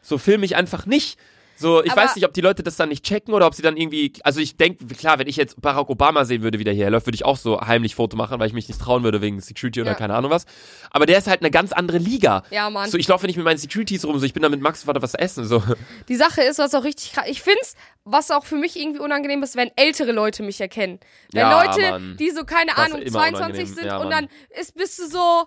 S2: So film ich einfach nicht. So, ich
S1: Aber-
S2: weiß nicht, ob die Leute das dann nicht checken oder ob sie dann irgendwie, also ich denke, klar, wenn ich jetzt Barack Obama sehen würde, wie der hierher läuft, würde ich auch so heimlich Foto machen, weil ich mich nicht trauen würde wegen Security oder
S1: Ja.
S2: keine Ahnung was. Aber der ist halt eine ganz andere Liga.
S1: Ja, Mann.
S2: So, ich laufe nicht mit meinen Securities rum, so, ich bin da mit Max, warte, was essen, so.
S1: Die Sache ist, was auch richtig krass. Ich find's, was auch für mich irgendwie unangenehm ist, wenn ältere Leute mich erkennen. Wenn
S2: Ja,
S1: Leute,
S2: Mann.
S1: die so, keine
S2: ist
S1: Ahnung,
S2: immer
S1: 22
S2: unangenehm.
S1: sind
S2: Ja,
S1: und dann
S2: Mann.
S1: ist, bist du so.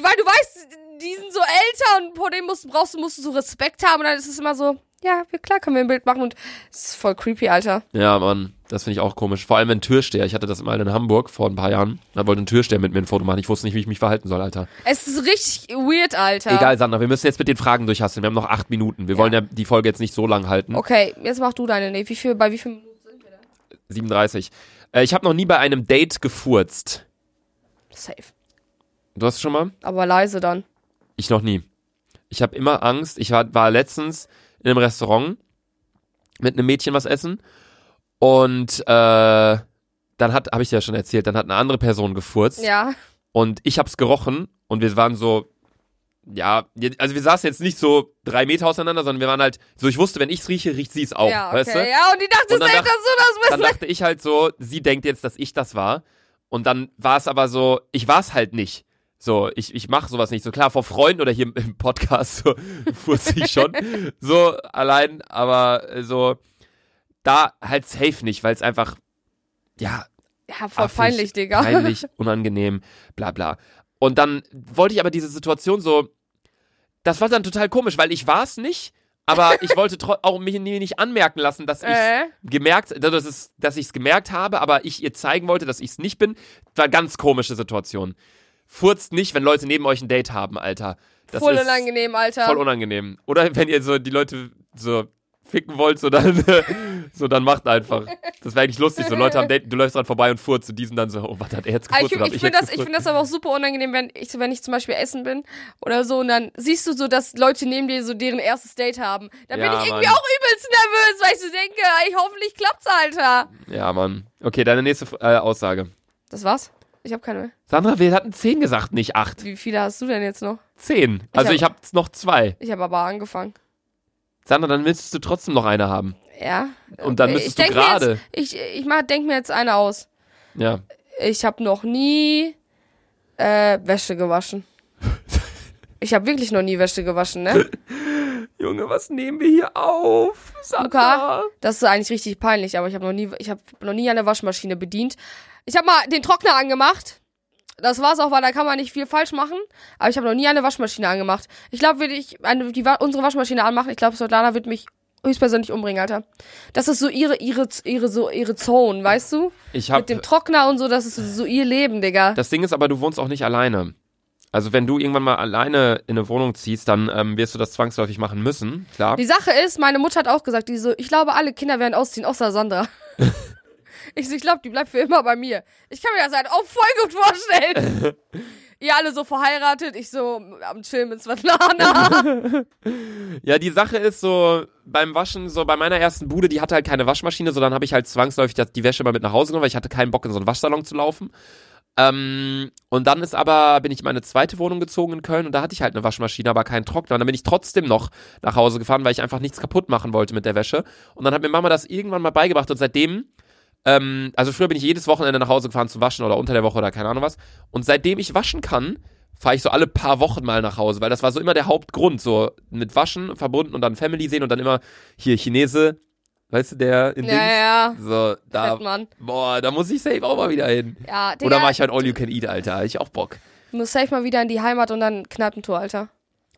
S1: Weil du weißt, die sind so älter und vor denen musst, brauchst du, musst du so Respekt haben und dann ist es immer so, ja, wir- klar können wir ein Bild machen und es ist voll creepy, Alter.
S2: Ja, Mann, das finde ich auch komisch. Vor allem wenn Türsteher. Ich hatte das mal in Hamburg vor ein paar Jahren. Da wollte ein Türsteher mit mir ein Foto machen. Ich wusste nicht, wie ich mich verhalten soll, Alter.
S1: Es ist richtig weird, Alter.
S2: Egal, Sandra, wir müssen jetzt mit den Fragen durchhasseln. Wir haben noch acht Minuten. Wir wollen ja die Folge jetzt nicht so lang halten.
S1: Okay, jetzt mach du deine, nee, wie viel, bei wie viel Minuten sind wir da?
S2: 37. Äh, ich habe noch nie bei einem Date gefurzt.
S1: Safe.
S2: Du hast schon mal?
S1: Aber leise dann.
S2: Ich noch nie. Ich habe immer Angst. Ich war, war letztens in einem Restaurant mit einem Mädchen was essen und äh, dann hat, habe ich dir ja schon erzählt, dann hat eine andere Person gefurzt.
S1: Ja.
S2: Und ich hab's gerochen und wir waren so, ja, je- also wir saßen jetzt nicht so drei Meter auseinander, sondern wir waren halt, so ich wusste, wenn ich's rieche, riecht sie's auch,
S1: ja, okay.
S2: weißt du?
S1: Ja, und die dachte,
S2: Und dann
S1: safe, dass
S2: dacht-
S1: du das
S2: Dann
S1: bist.
S2: dachte ich halt so, sie denkt jetzt, dass ich das war. Und dann war es aber so, ich war's halt nicht. So, ich, ich mache sowas nicht. So klar, vor Freunden oder hier im, im Podcast so furze ich schon. So allein, aber äh, so da halt safe nicht, weil es einfach, ja,
S1: Ja, voll
S2: affig,
S1: peinlich, Digga.
S2: Peinlich, unangenehm, bla bla. Und dann wollte ich aber diese Situation so. Das war dann total komisch, weil ich war es nicht, aber ich wollte tro- auch mich nie- nicht anmerken lassen, dass ich
S1: Äh.
S2: gemerkt, dass es, dass ich es gemerkt habe, aber ich ihr zeigen wollte, dass ich es nicht bin. War ganz komische Situation. Furzt nicht, wenn Leute neben euch ein Date haben, Alter. Das
S1: voll
S2: ist
S1: unangenehm, Alter.
S2: Voll unangenehm. Oder wenn ihr so die Leute so ficken wollt, so dann, so dann macht einfach. Das wäre eigentlich lustig. So Leute am Date, du läufst dran vorbei und furzt zu diesen dann so, oh, was hat er jetzt
S1: Ah,
S2: gefurzt?
S1: ich
S2: oder hab
S1: ich
S2: jetzt
S1: finde das, ich
S2: gefurzt?
S1: find das aber auch super unangenehm, wenn ich, wenn ich zum Beispiel essen bin oder so und dann siehst du so, dass Leute neben dir so deren erstes Date haben. Da bin
S2: Ja,
S1: ich irgendwie
S2: Mann.
S1: auch übelst nervös, weil ich so denke, ey, hoffentlich klappt's, Alter.
S2: ja, Mann. Okay, deine nächste äh, Aussage.
S1: Das war's? Ich habe keine mehr.
S2: Sandra, wir hatten 10 gesagt, nicht 8.
S1: Wie viele hast du denn jetzt noch?
S2: 10. Also
S1: hab-
S2: ich habe hab noch zwei.
S1: Ich habe aber angefangen.
S2: Sandra, dann müsstest du trotzdem noch eine haben.
S1: Ja.
S2: Und dann
S1: Okay,
S2: müsstest
S1: ich
S2: du
S1: denk mir jetzt-
S2: gerade.
S1: Ich, ich mach, denk mir jetzt eine aus.
S2: Ja.
S1: Ich habe noch nie äh, Wäsche gewaschen. Ich habe wirklich noch nie Wäsche gewaschen, ne?
S2: Junge, was nehmen wir hier auf?
S1: Luca, das ist eigentlich richtig peinlich, aber ich habe noch nie, ich habe noch nie eine Waschmaschine bedient. Ich habe mal den Trockner angemacht. Das war's auch, weil da kann man nicht viel falsch machen. Aber ich habe noch nie eine Waschmaschine angemacht. Ich glaube, würde ich eine, die, Wa- unsere Waschmaschine anmachen, ich glaube, Svetlana wird mich höchstpersönlich umbringen, Alter. Das ist so ihre, ihre, ihre, so ihre Zone, weißt du?
S2: Ich
S1: Mit
S2: hab,
S1: dem Trockner und so, das ist so ihr Leben, Digga.
S2: das Ding ist aber, du wohnst auch nicht alleine. Also wenn du irgendwann mal alleine in eine Wohnung ziehst, dann ähm, wirst du das zwangsläufig machen müssen, klar.
S1: Die Sache ist, meine Mutter hat auch gesagt, die so, ich glaube, alle Kinder werden ausziehen, außer Sandra. ich so, ich glaube, die bleibt für immer bei mir. Ich kann mir das halt auch voll gut vorstellen. Ihr alle so verheiratet, ich so am Chillen mit Svetlana.
S2: Ja, die Sache ist so, beim Waschen, so bei meiner ersten Bude, die hatte halt keine Waschmaschine, so dann habe ich halt zwangsläufig das- die Wäsche mal mit nach Hause genommen, weil ich hatte keinen Bock, in so einen Waschsalon zu laufen. Ähm, und dann ist aber, bin ich in meine zweite Wohnung gezogen in Köln und da hatte ich halt eine Waschmaschine, aber keinen Trockner. Und dann bin ich trotzdem noch nach Hause gefahren, weil ich einfach nichts kaputt machen wollte mit der Wäsche. Und dann hat mir Mama das irgendwann mal beigebracht und seitdem, ähm, also früher bin ich jedes Wochenende nach Hause gefahren zu waschen oder unter der Woche oder keine Ahnung was. Und seitdem ich waschen kann, fahre ich so alle paar Wochen mal nach Hause, weil das war so immer der Hauptgrund, so mit Waschen verbunden und dann Family sehen und dann immer hier Chinese, weißt du, der in
S1: ja, Halt ja,
S2: Dings. So, da,
S1: Fettmann.
S2: boah, da muss ich safe auch mal wieder hin.
S1: ja. Digga,
S2: Oder mach ich halt All You Can Eat, Alter. Ich auch Bock.
S1: muss safe mal wieder in die Heimat und dann Kneipentour, Alter.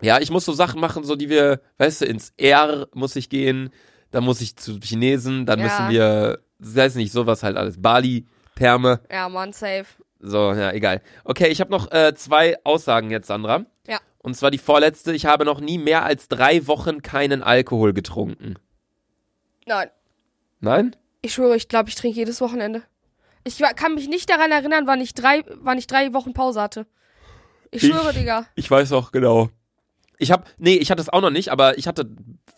S2: Ja, ich muss so Sachen machen, so die wir, weißt du, ins R muss ich gehen, dann muss ich zu Chinesen, dann
S1: Ja.
S2: müssen wir, ich weiß nicht, sowas halt alles. Bali, Perme,
S1: Ja, Mann, safe.
S2: so, ja, egal. Okay, ich habe noch äh, zwei Aussagen jetzt, Sandra.
S1: Ja.
S2: Und zwar die vorletzte, ich habe noch nie mehr als drei Wochen keinen Alkohol getrunken.
S1: Nein.
S2: Nein?
S1: Ich schwöre, ich glaube, ich trinke jedes Wochenende. Ich wa- kann mich nicht daran erinnern, wann ich drei, wann ich drei Wochen Pause hatte. Ich
S2: Ich-
S1: schwöre, Digga.
S2: Ich weiß auch genau. Ich habe, nee, ich hatte es auch noch nicht, aber ich hatte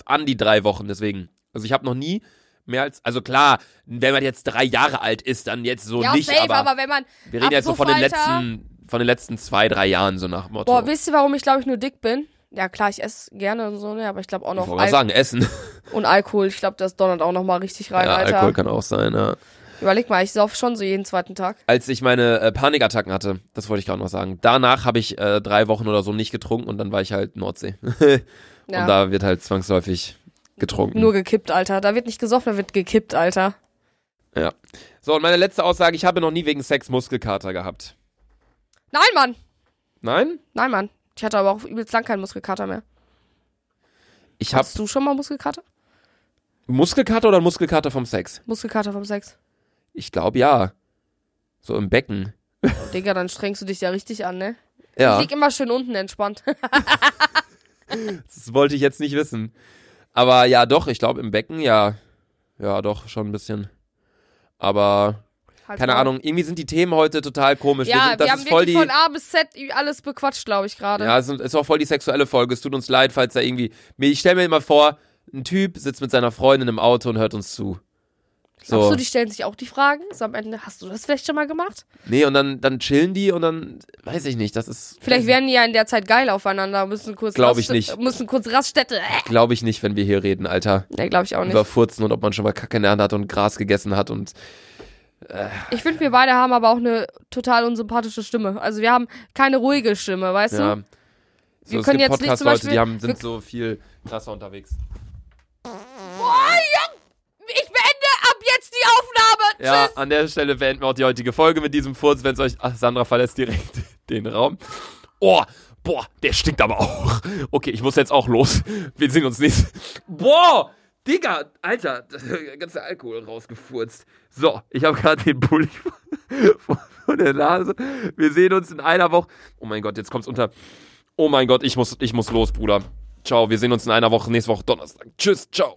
S2: an die drei Wochen, deswegen. Also ich habe noch nie mehr als, also klar, wenn man jetzt drei Jahre alt ist, dann jetzt so
S1: ja,
S2: nicht,
S1: safe, aber,
S2: aber,
S1: wenn man.
S2: wir reden
S1: ab
S2: jetzt so von den
S1: sofort, Alter.
S2: letzten, von den letzten zwei, drei Jahren so nach dem Motto.
S1: Boah, wisst ihr, warum ich glaube ich nur dick bin? Ja, klar, ich esse gerne und so, ne, aber ich glaube auch
S2: ich
S1: noch
S2: wollte gerade
S1: Al
S2: sagen, Essen.
S1: und Alkohol. Ich glaube, das donnert auch noch mal richtig rein,
S2: ja,
S1: Alter.
S2: Alkohol kann auch sein, ja.
S1: Überleg mal, ich sauf schon so jeden zweiten Tag.
S2: Als ich meine äh, Panikattacken hatte, das wollte ich gerade noch sagen, danach habe ich äh, drei Wochen oder so nicht getrunken und dann war ich halt Nordsee.
S1: Ja.
S2: Und da wird halt zwangsläufig getrunken.
S1: nur gekippt, Alter. Da wird nicht gesoffen, da wird gekippt, Alter.
S2: Ja. So, und meine letzte Aussage, ich habe noch nie wegen Sex Muskelkater gehabt.
S1: Nein, Mann.
S2: Nein?
S1: Nein, Mann. Ich hatte aber auch übelst lang keinen Muskelkater mehr.
S2: Ich habe
S1: Hast du schon mal Muskelkater?
S2: Muskelkater oder Muskelkater vom Sex?
S1: Muskelkater vom Sex.
S2: Ich glaube ja. So im Becken.
S1: Digga, dann strengst du dich ja richtig an, ne? Ich
S2: Ja,
S1: lieg immer schön unten entspannt. Halt
S2: das wollte ich jetzt nicht wissen. Aber ja, doch, ich glaube im Becken, ja. Ja, doch, schon ein bisschen. Aber keine Ahnung, irgendwie sind die Themen heute total komisch. wir
S1: Also Ja, wir,
S2: sind, das
S1: haben
S2: ist voll
S1: wirklich
S2: die
S1: von A bis Z alles bequatscht, glaube ich, gerade.
S2: Ja, es ist- ist auch voll die sexuelle Folge. Es tut uns leid, falls da irgendwie. mir- Ich stelle mir immer vor, ein Typ sitzt mit seiner Freundin im Auto und hört uns zu.
S1: Glaubst
S2: So.
S1: du, die stellen sich auch die Fragen? So am Ende, hast du das vielleicht schon mal gemacht?
S2: Nee, und dann, dann chillen die und dann. Weiß ich nicht, das ist.
S1: Vielleicht wären die ja in der Zeit geil aufeinander, müssen kurz
S2: Also- Glaub ich
S1: Raststätte-
S2: nicht.
S1: müssen kurz Raststätte.
S2: Glaube ich nicht, wenn wir hier reden, Alter.
S1: Ne, glaube ich auch nicht.
S2: Über Furzen und ob man schon mal Kacke in der Hand hat und Gras gegessen hat und.
S1: Ich finde, wir beide haben aber auch eine total unsympathische Stimme. Also wir haben keine ruhige Stimme, weißt
S2: Ja.
S1: du?
S2: So,
S1: Wir
S2: es
S1: können
S2: gibt
S1: jetzt nicht zum
S2: Podcast-Leute, die
S1: Beispiel-
S2: haben,
S1: wir-
S2: sind so viel krasser unterwegs.
S1: Ich beende ab jetzt die Aufnahme.
S2: Ja, an der Stelle beenden wir auch die heutige Folge mit diesem Furz, wenn es euch. Ach, Sandra verlässt direkt den Raum. Oh, boah, der stinkt aber auch. Okay, ich muss jetzt auch los. Wir sehen uns nicht. Boah, Digga, Alter, der ganze Alkohol rausgefurzt. So, ich habe gerade den Pulli von- von der Nase. Wir sehen uns in einer Woche. Oh mein Gott, jetzt kommt's unter. Oh mein Gott, ich muss, ich muss los, Bruder. Ciao, wir sehen uns in einer Woche, nächste Woche Donnerstag. Tschüss, ciao.